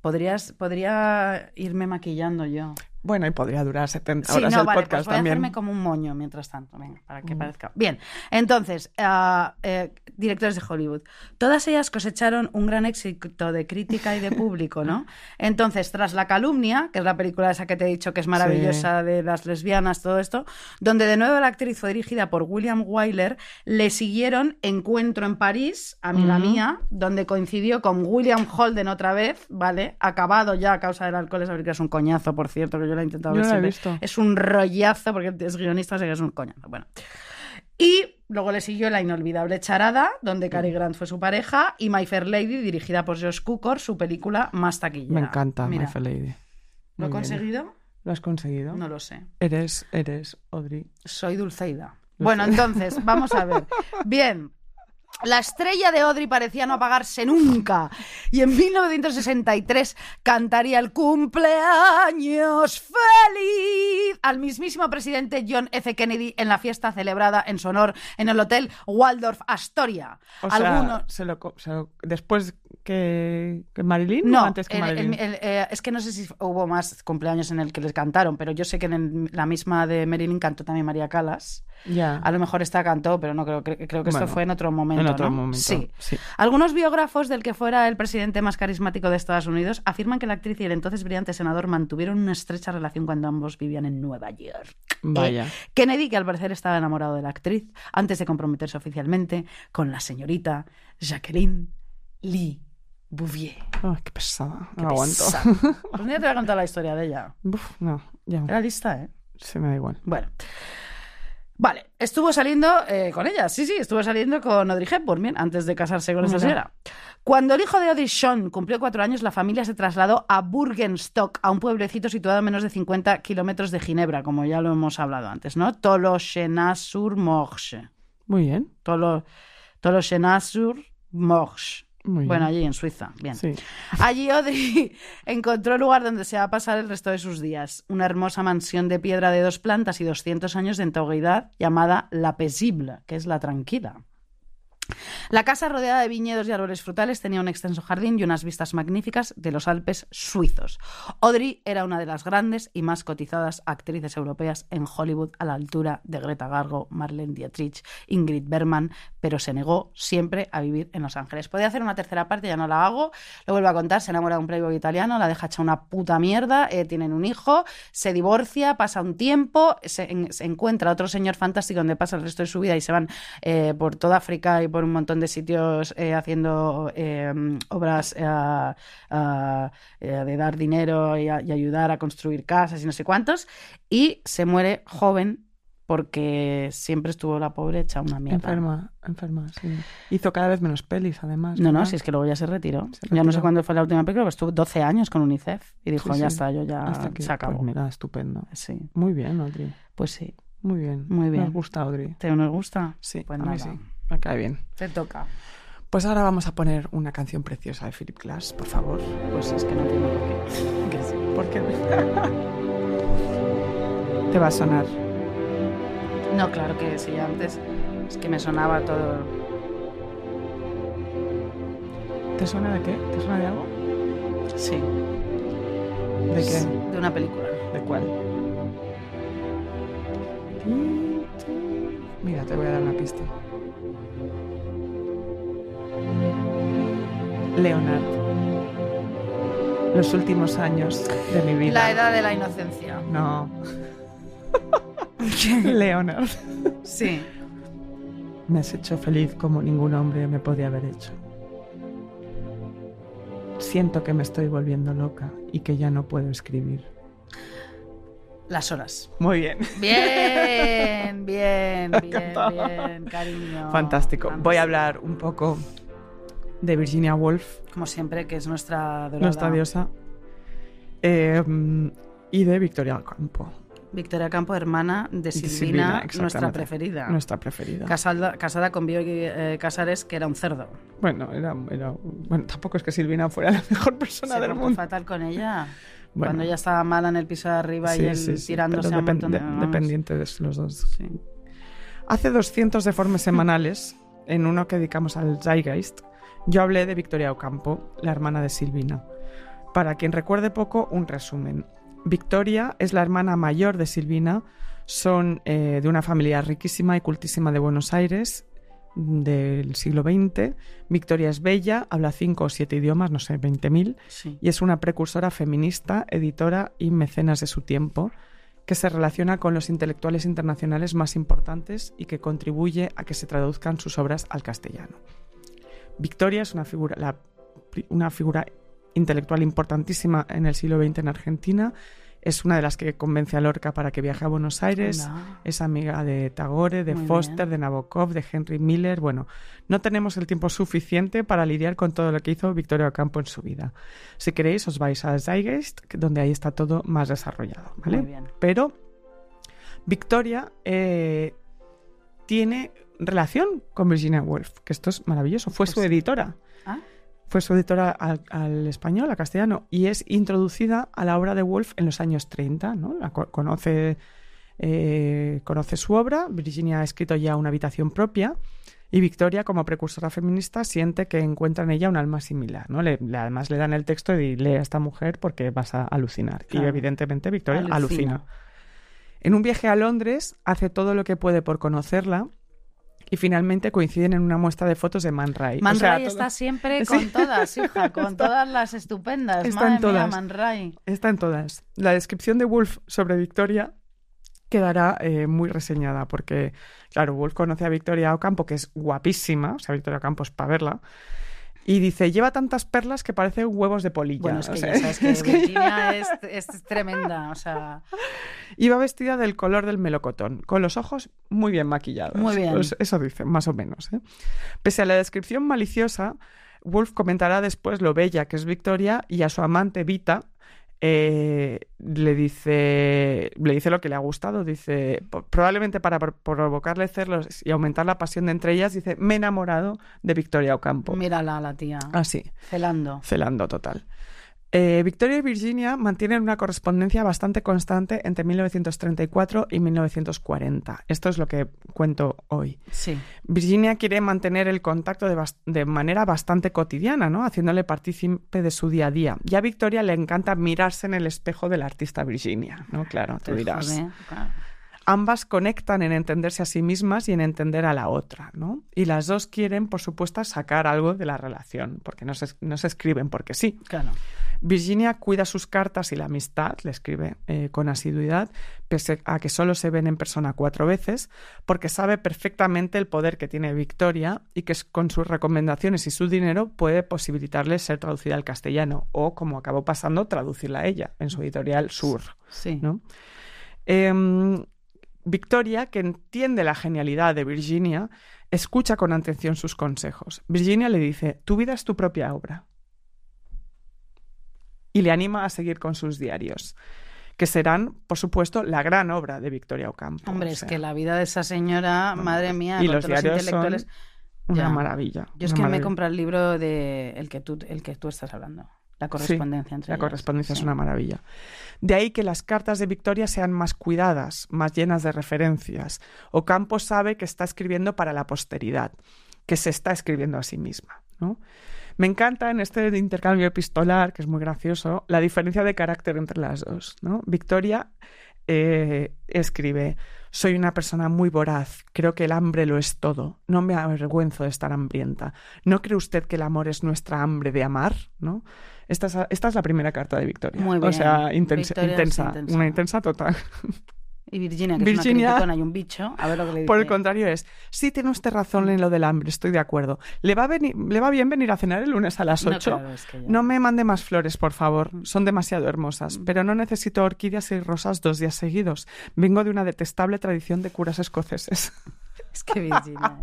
Podrías, podría irme maquillando yo. Bueno, y podría durar 70 Sí, horas no, el vale, podcast pues voy también. Mm. a hacerme como un moño mientras tanto, venga, para que parezca. Bien, entonces, ah, eh, directores de Hollywood. Todas ellas cosecharon un gran éxito de crítica y de público, ¿no? Entonces, tras La Calumnia, que es la película esa que te he dicho que es maravillosa de las lesbianas, todo esto, donde de nuevo la actriz fue dirigida por William Wyler, le siguieron Encuentro en París, Amiga Mía, donde coincidió con William Holden otra vez, ¿vale? Acabado ya a causa del alcohol, esa película es un coñazo, por cierto, que yo la he intentado Yo ver no la he siempre. visto. Es un rollazo, porque es guionista, sé que es un coñazo. Bueno. Y luego le siguió La Inolvidable Charada, donde Cary Mm. Grant fue su pareja, y My Fair Lady, dirigida por Josh Cukor, su película más taquillera. Me encanta, Mira, My Fair Lady. ¿Lo he Muy bien. conseguido? ¿Lo has conseguido? No lo sé. Eres, eres, Audrey. Soy Dulceida. Bueno, entonces, vamos a ver. Bien. La estrella de Audrey parecía no apagarse nunca. Y en 1963 cantaría el cumpleaños feliz al mismísimo presidente John F. Kennedy en la fiesta celebrada en su honor en el hotel Waldorf Astoria. O Alguno- sea, se lo, co- se lo- después que, que Marilyn o No, antes que el- el- Marilyn. el- eh, es que no sé si hubo más cumpleaños en el que les cantaron, pero yo sé que en el- la misma de Marilyn cantó también María Calas. Ya. A lo mejor esta cantó, pero no creo, cre- creo que esto Bueno, fue en otro momento. en otro ¿no? momento, Sí. Eh, sí. Algunos biógrafos del que fuera el presidente más carismático de Estados Unidos afirman que la actriz y el entonces brillante senador mantuvieron una estrecha relación cuando ambos vivían en Nueva York. Vaya. Eh, Kennedy, que al parecer estaba enamorado de la actriz, antes de comprometerse oficialmente con la señorita Jacqueline Lee Bouvier. Ay, qué pesada. No aguanto. Un día te voy a contar la historia de ella. Uf, no, ya. Era lista, ¿eh? Se me da igual. Bueno. Vale, estuvo saliendo eh, con ella, sí, sí, estuvo saliendo con Audrey Hepburn, bien, antes de casarse con esa señora. Cuando el hijo de Audrey, Sean, cumplió cuatro años, la familia se trasladó a Burgenstock, a un pueblecito situado a menos de 50 kilómetros de Ginebra, como ya lo hemos hablado antes, ¿no? Tolochena-sur-Morges. Muy bien. Tolo, Tolochena-sur-Morges. Muy Bueno, bien. allí en Suiza, bien. Sí. Allí Audrey encontró el lugar donde se va a pasar el resto de sus días. Una hermosa mansión de piedra de dos plantas y 200 años de antigüedad llamada La Paisible, que es la tranquila. La casa rodeada de viñedos y árboles frutales tenía un extenso jardín y unas vistas magníficas de los Alpes suizos. Audrey era una de las grandes y más cotizadas actrices europeas en Hollywood a la altura de Greta Garbo, Marlene Dietrich, Ingrid Bergman, pero se negó siempre a vivir en Los Ángeles. Podía hacer una tercera parte, ya no la hago, lo vuelvo a contar, se enamora de un playboy italiano, la deja hecha una puta mierda, eh, tienen un hijo, se divorcia, pasa un tiempo, se, en- se encuentra otro señor fantástico donde pasa el resto de su vida y se van eh, por toda África y por un montón de sitios eh, haciendo eh, obras eh, ah, eh, de dar dinero y, a- y ayudar a construir casas y no sé cuántos, y se muere joven porque siempre estuvo la pobre hecha una mierda. Enferma, enferma, sí. Hizo cada vez menos pelis, además. No, no, ¿verdad? si es que luego ya se retiró. Se Ya no sé retiró. cuándo fue la última película, pero estuvo 12 años con UNICEF y dijo, Sí, ya sí. está, yo ya Hasta aquí. ah, se acabó. Pues mira, estupendo. Sí, Muy bien, Audrey. pues sí. Muy bien. Muy bien. Nos gusta, Audrry. ¿Te nos gusta? Sí, Pues a nada. mí sí. Me cae bien. Te toca. Pues ahora vamos a poner una canción preciosa de Philip Glass, por favor. Pues es que no tiene por qué. Que sí, Porque te va a sonar. No, claro que sí, antes es que me sonaba todo. ¿Te suena de qué? ¿Te suena de algo? Sí. ¿De qué? De una película. ¿De cuál? Mira, te voy a dar una pista. Leonard. Los últimos años de mi vida. La edad de la inocencia. No. Leonard. Sí. Me has hecho feliz como ningún hombre me podía haber hecho. Siento que me estoy volviendo loca y que ya no puedo escribir. Las horas. Muy bien. Bien, bien, bien, encantado. bien, cariño. Fantástico. Voy a hablar un poco de Virginia Woolf, Como siempre, que es nuestra dorada. nuestra diosa, eh, y de Victoria Campo, Victoria Campo, hermana de Silvina, Silvina, nuestra exactamente. preferida. nuestra preferida. Casada, casada con Bioy eh, Casares, que era un cerdo. Bueno, era, era- bueno, tampoco es que Silvina fuera la mejor persona Se del portó mundo. fatal con ella. Bueno, Cuando ella estaba mala en el piso de arriba y sí, él sí, sí, tirándose pero a un depen- montón de... de- vamos. dependientes los dos. Sí. Hace 200 deformes semanales, en uno que dedicamos al Zeitgeist, yo hablé de Victoria Ocampo, la hermana de Silvina. Para quien recuerde poco, un resumen. Victoria es la hermana mayor de Silvina, son eh, de una familia riquísima y cultísima de Buenos Aires del siglo XX. Victoria es bella, habla cinco o siete idiomas, no sé, 20.000 Sí. y es una precursora feminista, editora y mecenas de su tiempo, que se relaciona con los intelectuales internacionales más importantes y que contribuye a que se traduzcan sus obras al castellano. Victoria es una figura, la pri- una figura intelectual importantísima en el siglo XX en Argentina, es una de las que convence a Lorca para que viaje a Buenos Aires. Anda. Es amiga de Tagore, de Muy Foster, de Nabokov, de Henry Miller. Bueno, no tenemos el tiempo suficiente para lidiar con todo lo que hizo Victoria Ocampo en su vida. Si queréis, os vais a Zeitgeist, que- donde ahí está todo más desarrollado. ¿vale? Muy bien. Pero Victoria eh, tiene relación con Virginia Woolf, que esto es maravilloso. Fue su Pues- editora. Ah. Fue su editora al, al español, al castellano, y es introducida a la obra de Woolf en los años 30. ¿no? La co- conoce, eh, conoce su obra, Virginia ha escrito ya una habitación propia, y Victoria, como precursora feminista, siente que encuentra en ella un alma similar. ¿no? Le- le- además, le dan el texto y lee a esta mujer porque vas a alucinar. Y Claro. evidentemente, Victoria Alucina. alucina. En un viaje a Londres, hace todo lo que puede por conocerla y finalmente coinciden en una muestra de fotos de Man Ray. O Man sea, Ray todo- está siempre Sí. con todas, hija, con todas las estupendas. Está Madre en mía, todas. Man Ray. está en todas. La descripción de Wolf sobre Victoria quedará eh, muy reseñada porque, claro, Wolf conoce a Victoria Ocampo, que es guapísima, o sea, Victoria Ocampo es para verla, Y dice, lleva tantas perlas que parecen huevos de polilla. Bueno, es que O sea, ya sabes que es que Virginia es, es tremenda, o sea, Iba vestida del color del melocotón, con los ojos muy bien maquillados. Muy bien. Pues eso dice, más o menos. ¿eh? Pese a la descripción maliciosa, Wolf comentará después lo bella que es Victoria y a su amante Vita eh, le, dice, le dice lo que le ha gustado. Dice, po- probablemente para pro- provocarle celos y aumentar la pasión de entre ellas, dice, me he enamorado de Victoria Ocampo. mírala la tía, Así. celando. Celando total. Eh, Victoria y Virginia mantienen una correspondencia bastante constante entre 1934 y 1940. Esto es lo que cuento hoy. Sí, Virginia quiere mantener el contacto de, bas- de manera bastante cotidiana, ¿no? haciéndole partícipe de su día a día. Y a Victoria le encanta mirarse en el espejo de la artista Virginia, ¿no? Claro, tú te dirás jode, claro. ambas conectan en entenderse a sí mismas y en entender a la otra, ¿no? Y las dos quieren, por supuesto, sacar algo de la relación, porque no se, no se escriben porque sí. claro. Virginia cuida sus cartas y la amistad, le escribe eh, con asiduidad, pese a que solo se ven en persona cuatro veces, porque sabe perfectamente el poder que tiene Victoria y que s- con sus recomendaciones y su dinero puede posibilitarle ser traducida al castellano o, como acabó pasando, traducirla a ella en su editorial Sur. Sí, ¿no? Em, Victoria, que entiende la genialidad de Virginia, escucha con atención sus consejos. Virginia le dice, tu vida es tu propia obra. Y le anima a seguir con sus diarios, que serán, por supuesto, la gran obra de Victoria Ocampo. hombre, O es sea, que la vida de esa señora, madre mía, y con los todos diarios intelectuales. Una Ya. maravilla. Yo es una que me he maravilla. comprado el libro de el que tú, el que tú estás hablando, la correspondencia entre La ellas. correspondencia es Sí. una maravilla. De ahí que las cartas de Victoria sean más cuidadas, más llenas de referencias. Ocampo sabe que está escribiendo para la posteridad, que se está escribiendo a sí misma. ¿no? Me encanta en este intercambio epistolar, que es muy gracioso, la diferencia de carácter entre las dos. ¿no? Victoria eh, escribe, soy una persona muy voraz, creo que el hambre lo es todo, no me avergüenzo de estar hambrienta. ¿No cree usted que el amor es nuestra hambre de amar? ¿No? Esta es, esta es la primera carta de Victoria. Muy O bien. sea, intensa, Victoria es intensa, intensa. una intensa total. Y Virginia, que Virginia- es una criticona y un bicho, a ver lo que le dice. Por el contrario es, sí tiene usted razón en lo del hambre, estoy de acuerdo. ¿Le va, a venir- le va bien venir a cenar el lunes a las No, 8? claro, es que ya- No me mande más flores, por favor. Son demasiado hermosas. Mm. Pero no necesito orquídeas y rosas dos días seguidos. Vengo de una detestable tradición de curas escoceses. Es que Virginia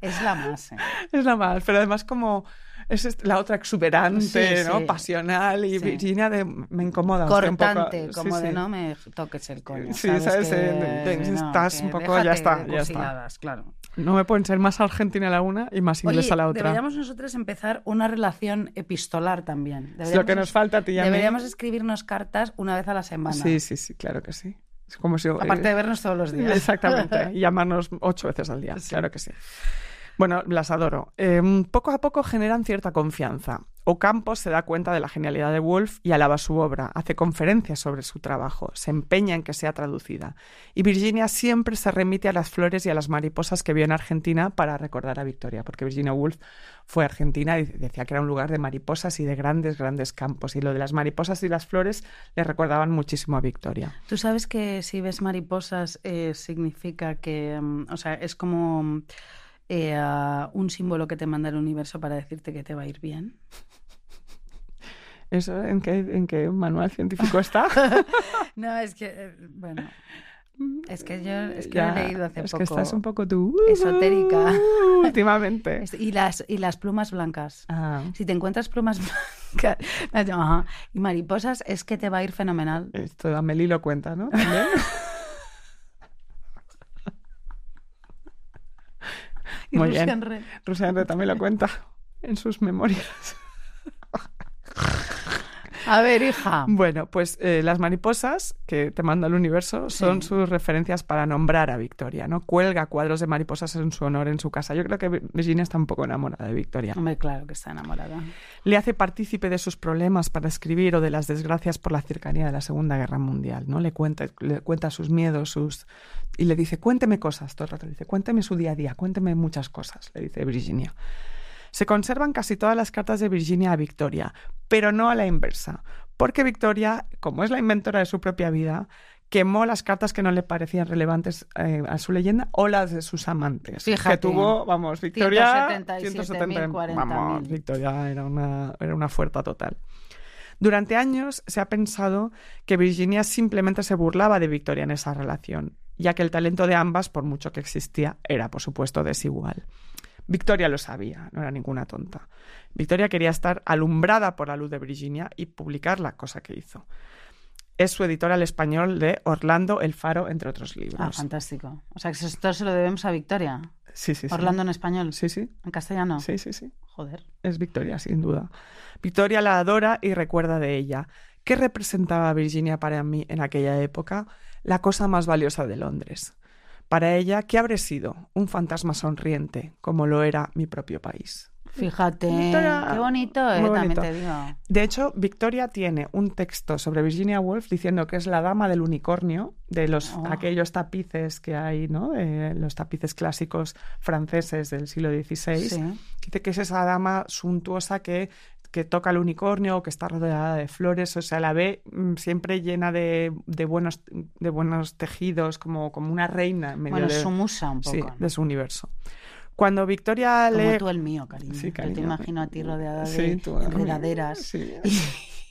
es, es la más. ¿eh? es la más. Pero además como es est- la otra exuberante, Sí, ¿no? sí. Pasional y Sí. Virginia de, me incomoda. usted un poco. Cortante, Sí, como de sí. no me toques el coño. Sí, sabes, eh, te- No, estás que un poco- ya déjate está, de ya está. cursiladas, claro. No me pueden ser más argentina la una y más inglesa Oye, la otra. deberíamos nosotros empezar una relación epistolar también. Es lo que nos falta a ti y a mí. Deberíamos escribirnos cartas una vez a la semana. Sí, sí, sí, claro que sí. Es como si... Aparte de vernos todos los días. Exactamente. Y llamarnos ocho veces al día, claro que sí. Bueno, las adoro. Eh, poco a poco generan cierta confianza. Ocampo se da cuenta de la genialidad de Wolf y alaba su obra, hace conferencias sobre su trabajo, se empeña en que sea traducida. Y Virginia siempre se remite a las flores y a las mariposas que vio en Argentina para recordar a Victoria, porque Virginia Woolf fue a Argentina y decía que era un lugar de mariposas y de grandes, grandes campos. Y lo de las mariposas y las flores le recordaban muchísimo a Victoria. Tú sabes que si ves mariposas eh, significa que, mm, o sea, es como mm, eh, ah, un símbolo que te manda el universo para decirte que te va a ir bien. ¿Eso en qué, en qué manual científico está? No, es que, eh, bueno, es que yo es que Mm, Ya, lo he leído hace es poco. que estás un poco tú. uh, esotérica. Últimamente. Es- Y las, y las plumas blancas. Ah, Si te encuentras plumas blancas me ha dicho, "Ajá", y mariposas, es que te va a ir fenomenal. esto Amelie lo cuenta, ¿no? También. Y Muy Rusia bien. en red. Rosa Herrera también lo cuenta en sus memorias. A ver, hija. Bueno, pues eh, las mariposas que te manda el universo son Sí. sus referencias para nombrar a Victoria, ¿no? Cuelga cuadros de mariposas en su honor en su casa. Yo creo que Virginia está un poco enamorada de Victoria. Hombre, claro que está enamorada. le hace partícipe de sus problemas para escribir o de las desgracias por la cercanía de la Segunda Guerra Mundial, ¿no? Le cuenta, le cuenta sus miedos, sus y le dice, "Cuénteme cosas", todo el rato le dice, "Cuénteme su día a día, cuénteme muchas cosas", le dice Virginia. Se conservan casi todas las cartas de Virginia a Victoria, pero no a la inversa, porque Victoria, como es la inventora de su propia vida, quemó las cartas que no le parecían relevantes eh, a su leyenda o las de sus amantes. Fíjate. Que tuvo, vamos, Victoria. 177.000, 170.000. 40.000. Vamos, Victoria era una, era una fuerza total. Durante años se ha pensado que Virginia simplemente se burlaba de Victoria en esa relación, ya que el talento de ambas, por mucho que existía, era por supuesto desigual. Victoria lo sabía, no era ninguna tonta. Victoria quería estar alumbrada por la luz de Virginia y publicarla, cosa que hizo. Es su editora al español de Orlando El Faro, entre otros Ah, libros. fantástico. O sea, que esto se lo debemos a Victoria. sí, sí, sí. Orlando en español. Sí, sí. En castellano. Sí, sí, sí. Joder. Es Victoria, sin duda. Victoria la adora y recuerda de ella. ¿Qué representaba Virginia para mí en aquella época? La cosa más valiosa de Londres. Para ella, ¿qué habré sido? Un fantasma sonriente, como lo era mi propio país. Fíjate. Victoria, Qué bonito, eh, muy también bonito. te digo. De hecho, Victoria tiene un texto sobre Virginia Woolf diciendo que es la dama del unicornio, de los Oh. aquellos tapices que hay, ¿no? Eh, los tapices clásicos franceses del siglo XVI. Sí. Dice que es esa dama suntuosa que, que toca el unicornio o que está rodeada de flores, o sea, la ve mm, siempre llena de, de buenos, de buenos tejidos, como, como una reina en medio Bueno, de, es su musa un poco. sí, ¿no? de su universo. Cuando Victoria Como lee... tú el mío, cariño. Sí, Yo te cariño. imagino a ti rodeada de Sí, tú, enredaderas sí.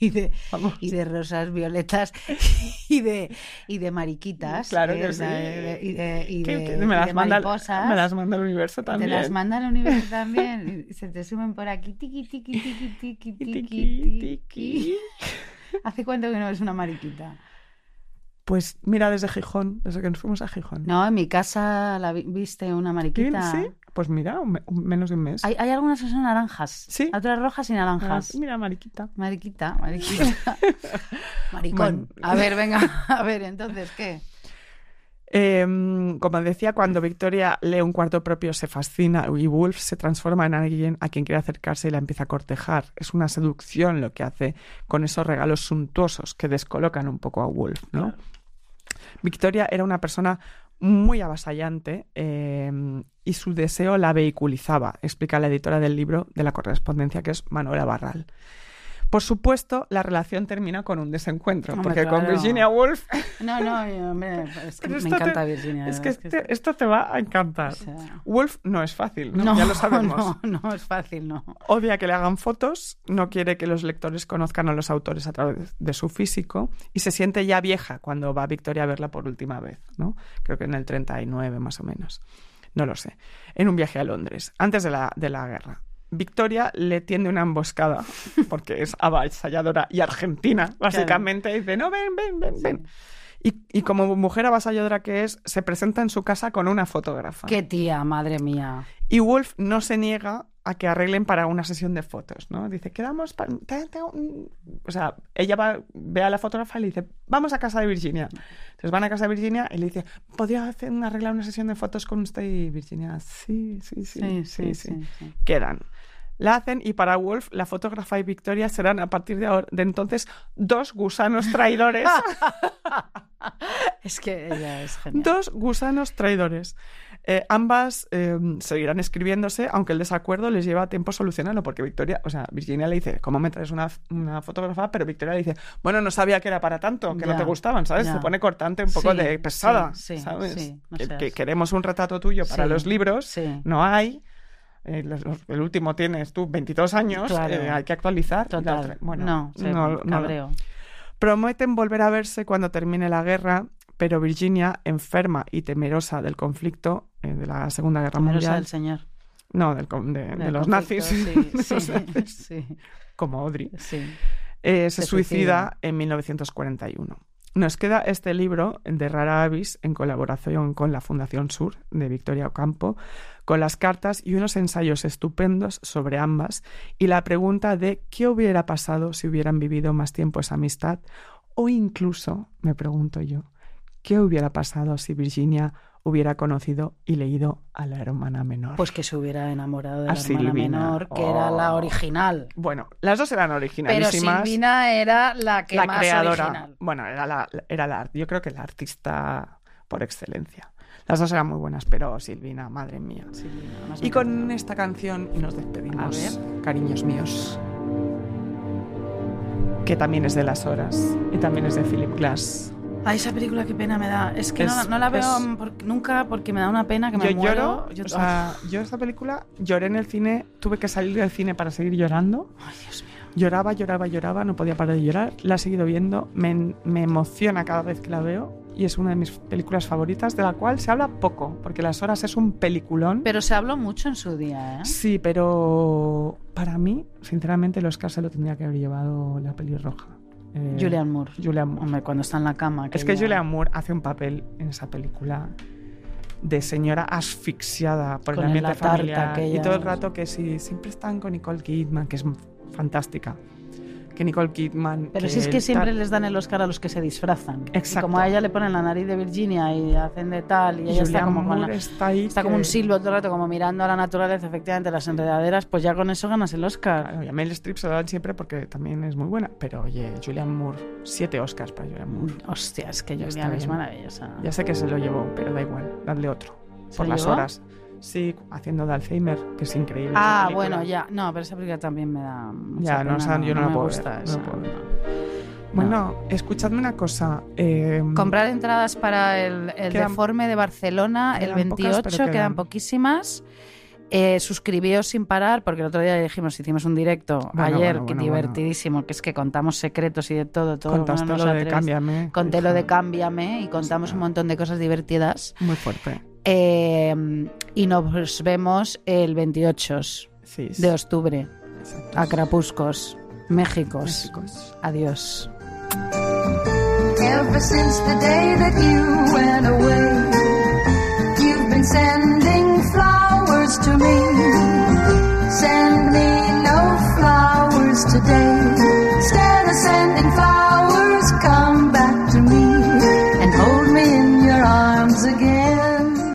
y, y de, Vamos. y de rosas violetas y de, y de mariquitas. Claro ¿eh? que O sea, sí. de- Y de, y que- de- que y me, de las manda, mariposas. me las manda el universo Te también. las manda al universo también. Y se te suben por aquí. Tiqui, tiqui, tiqui, tiqui, tiqui, Tiqui, tiqui. ¿Hace cuánto que no ves una mariquita? Pues mira, desde Gijón, desde que nos fuimos a Gijón. No, en mi casa la vi- viste una ¿Sí? mariquita. ¿Sí? Pues mira, un me- un- menos de un mes. Hay, hay algunas que son naranjas. Sí. Otras rojas y Ah, naranjas. mira, Mariquita. Mariquita, mariquita. Maricón. Bueno. A ver, venga, a ver, entonces, ¿qué? Em, como decía, cuando Victoria lee un cuarto propio se fascina y Wolf se transforma en alguien a quien quiere acercarse y la empieza a cortejar. Es una seducción lo que hace con esos regalos suntuosos que descolocan un poco a Wolf, ¿no? Victoria era una persona muy avasallante em, y su deseo la vehiculizaba, explica la editora del libro de la correspondencia que es Manuela Barral. Por supuesto, la relación termina con un desencuentro, Hombre, porque con claro. Virginia Woolf No, no, yo, hombre, es que Pero me esto te- encanta Virginia. de Es que, verdad, es este- esto te va a encantar. o sea, Wolf no es fácil, ¿no? ya lo sabemos. No, no, es fácil, no. Odia que le hagan fotos, no quiere que los lectores conozcan a los autores a través de su físico y se siente ya vieja cuando va Victoria a verla por última vez, ¿no? Creo que en el 39 más o menos, no lo sé, en un viaje a Londres, antes de la, de la guerra. Victoria le tiende una emboscada porque es avasalladora y argentina, básicamente. y Dice, no, ven, ven, ven, ven. Y, y como mujer avasalladora que es, se presenta en su casa con una fotógrafa. Qué tía, madre mía. Y Wolf no se niega a que arreglen para una sesión de fotos, ¿no? Dice, quedamos para... O sea, ella va, ve a la fotógrafa y le dice, vamos a casa de Virginia. Entonces van a casa de Virginia y le dice, ¿podría hacer, arreglar una sesión de fotos con usted y Virginia? Sí, sí, sí, Sí, sí, sí. sí. Quedan. La hacen y para Wolf, la fotógrafa y Victoria serán a partir de, ahora, de entonces dos gusanos traidores. Es que ella es genial. Dos gusanos traidores. Eh, ambas eh, seguirán escribiéndose, aunque el desacuerdo les lleva tiempo solucionarlo, porque Victoria, o sea, Virginia le dice, ¿cómo me traes una, una fotógrafa? Pero Victoria le dice, bueno, no sabía que era para tanto, que Ya, no te gustaban, ¿sabes? ya. Se pone cortante un poco Sí, de pesada, sí, sí, ¿sabes? sí, no que, seas- que queremos un retrato tuyo para Sí, los libros, sí. no hay. eh, los- los- el último tienes tú 22 años, Claro. eh, hay que actualizar. y la Total. otra- bueno, no, se no- no- cabreo. Prometen volver a verse cuando termine la guerra, pero Virginia, enferma y temerosa del conflicto eh, de la Segunda Guerra Temerosa Mundial, del señor. no, del con- de, de Del los conflicto, nazis, Sí, Los sí, nazis, sí, como Audrey, sí. eh, se, Se suicida suicida. en 1941. Nos queda este libro de Rara Avis en colaboración con la Fundación Sur de Victoria Ocampo, con las cartas y unos ensayos estupendos sobre ambas y la pregunta de qué hubiera pasado si hubieran vivido más tiempo esa amistad o incluso, me pregunto yo, qué hubiera pasado si Virginia hubiera conocido y leído a la hermana menor. Pues que se hubiera enamorado de A la hermana Silvina. menor, que era la Ah, Oh. original. bueno, las dos eran Pero originalísimas. Silvina era la que la más creadora. original. Bueno, era la, era la, yo creo que la artista por excelencia. Las dos eran muy buenas, pero Silvina, madre mía. Silvina, más Y con esta canción nos despedimos, A cariños míos. Que también es de las horas y también es de Philip Glass. Ay, esa película qué pena me da. Es que no, Es- no la veo es- por- nunca porque me da una pena que me Yo muero. lloro, o sea, yo esta película lloré en el cine, tuve que salir del cine para seguir llorando. Ay, Dios mío. Lloraba, lloraba, lloraba, no podía parar de llorar. La he seguido viendo, me, en- me emociona cada vez que la veo y es una de mis películas favoritas, de la cual se habla poco, porque Las Horas es un peliculón. Pero se habló mucho en su día, ¿eh? Sí, pero para mí, sinceramente, el Oscar se lo tendría que haber llevado la pelirroja. Eh, Julian Moore. Julianne Moore. Hombre, cuando está en la cama. Es que ya- Julia Moore hace un papel en esa película de señora asfixiada por el Con la ambiente tarta familiar que y ella- todo el rato que sí, siempre están con Nicole Kidman, que es m- fantástica. Que Nicole Kidman. Pero si es que siempre tal- les dan el Oscar a los que se disfrazan. Y Exacto. como a ella le ponen la nariz de Virginia y hacen de tal, y ella está Julianne como, con la- Moore está ahí. está que- como un silbo todo el rato, como mirando a la naturaleza, efectivamente, las enredaderas, pues ya con eso ganas el Oscar. Claro, y a Meryl Streep se lo dan siempre porque también es muy buena. Pero oye, Julianne Moore, siete Oscars para Julianne Moore. Hostia, es que Ya está Julian es bien. maravillosa. Ya sé que se lo llevó, pero da igual, dadle otro. ¿Se Por lo las llevó? horas. Sí, haciendo de Alzheimer, que es increíble. esa Ah, película. bueno, ya. No, pero esa película también me da. mucha Ya, no, pena, esa yo no la me puedo gusta ver, no esa. la puedo ver. Bueno, escuchadme una cosa. eh, Comprar entradas para el, el Quedan- deforme de Barcelona el quedan pocas, 28, pero quedan, quedan. poquísimas. Eh, suscribíos sin parar, porque el otro día dijimos, hicimos un directo Bueno, ayer, bueno, que bueno, divertidísimo, que es que contamos secretos y de todo, todo. contaste no nos lo de atreves- Cámbiame. Conté lo hija. de Cámbiame y contamos Sí. un montón de cosas divertidas. Muy fuerte. Eh, y nos vemos el 28 Sí. sí, de octubre exacto. a Crapuscos, México. Méxicos. Adiós. Ever since the day that you went away,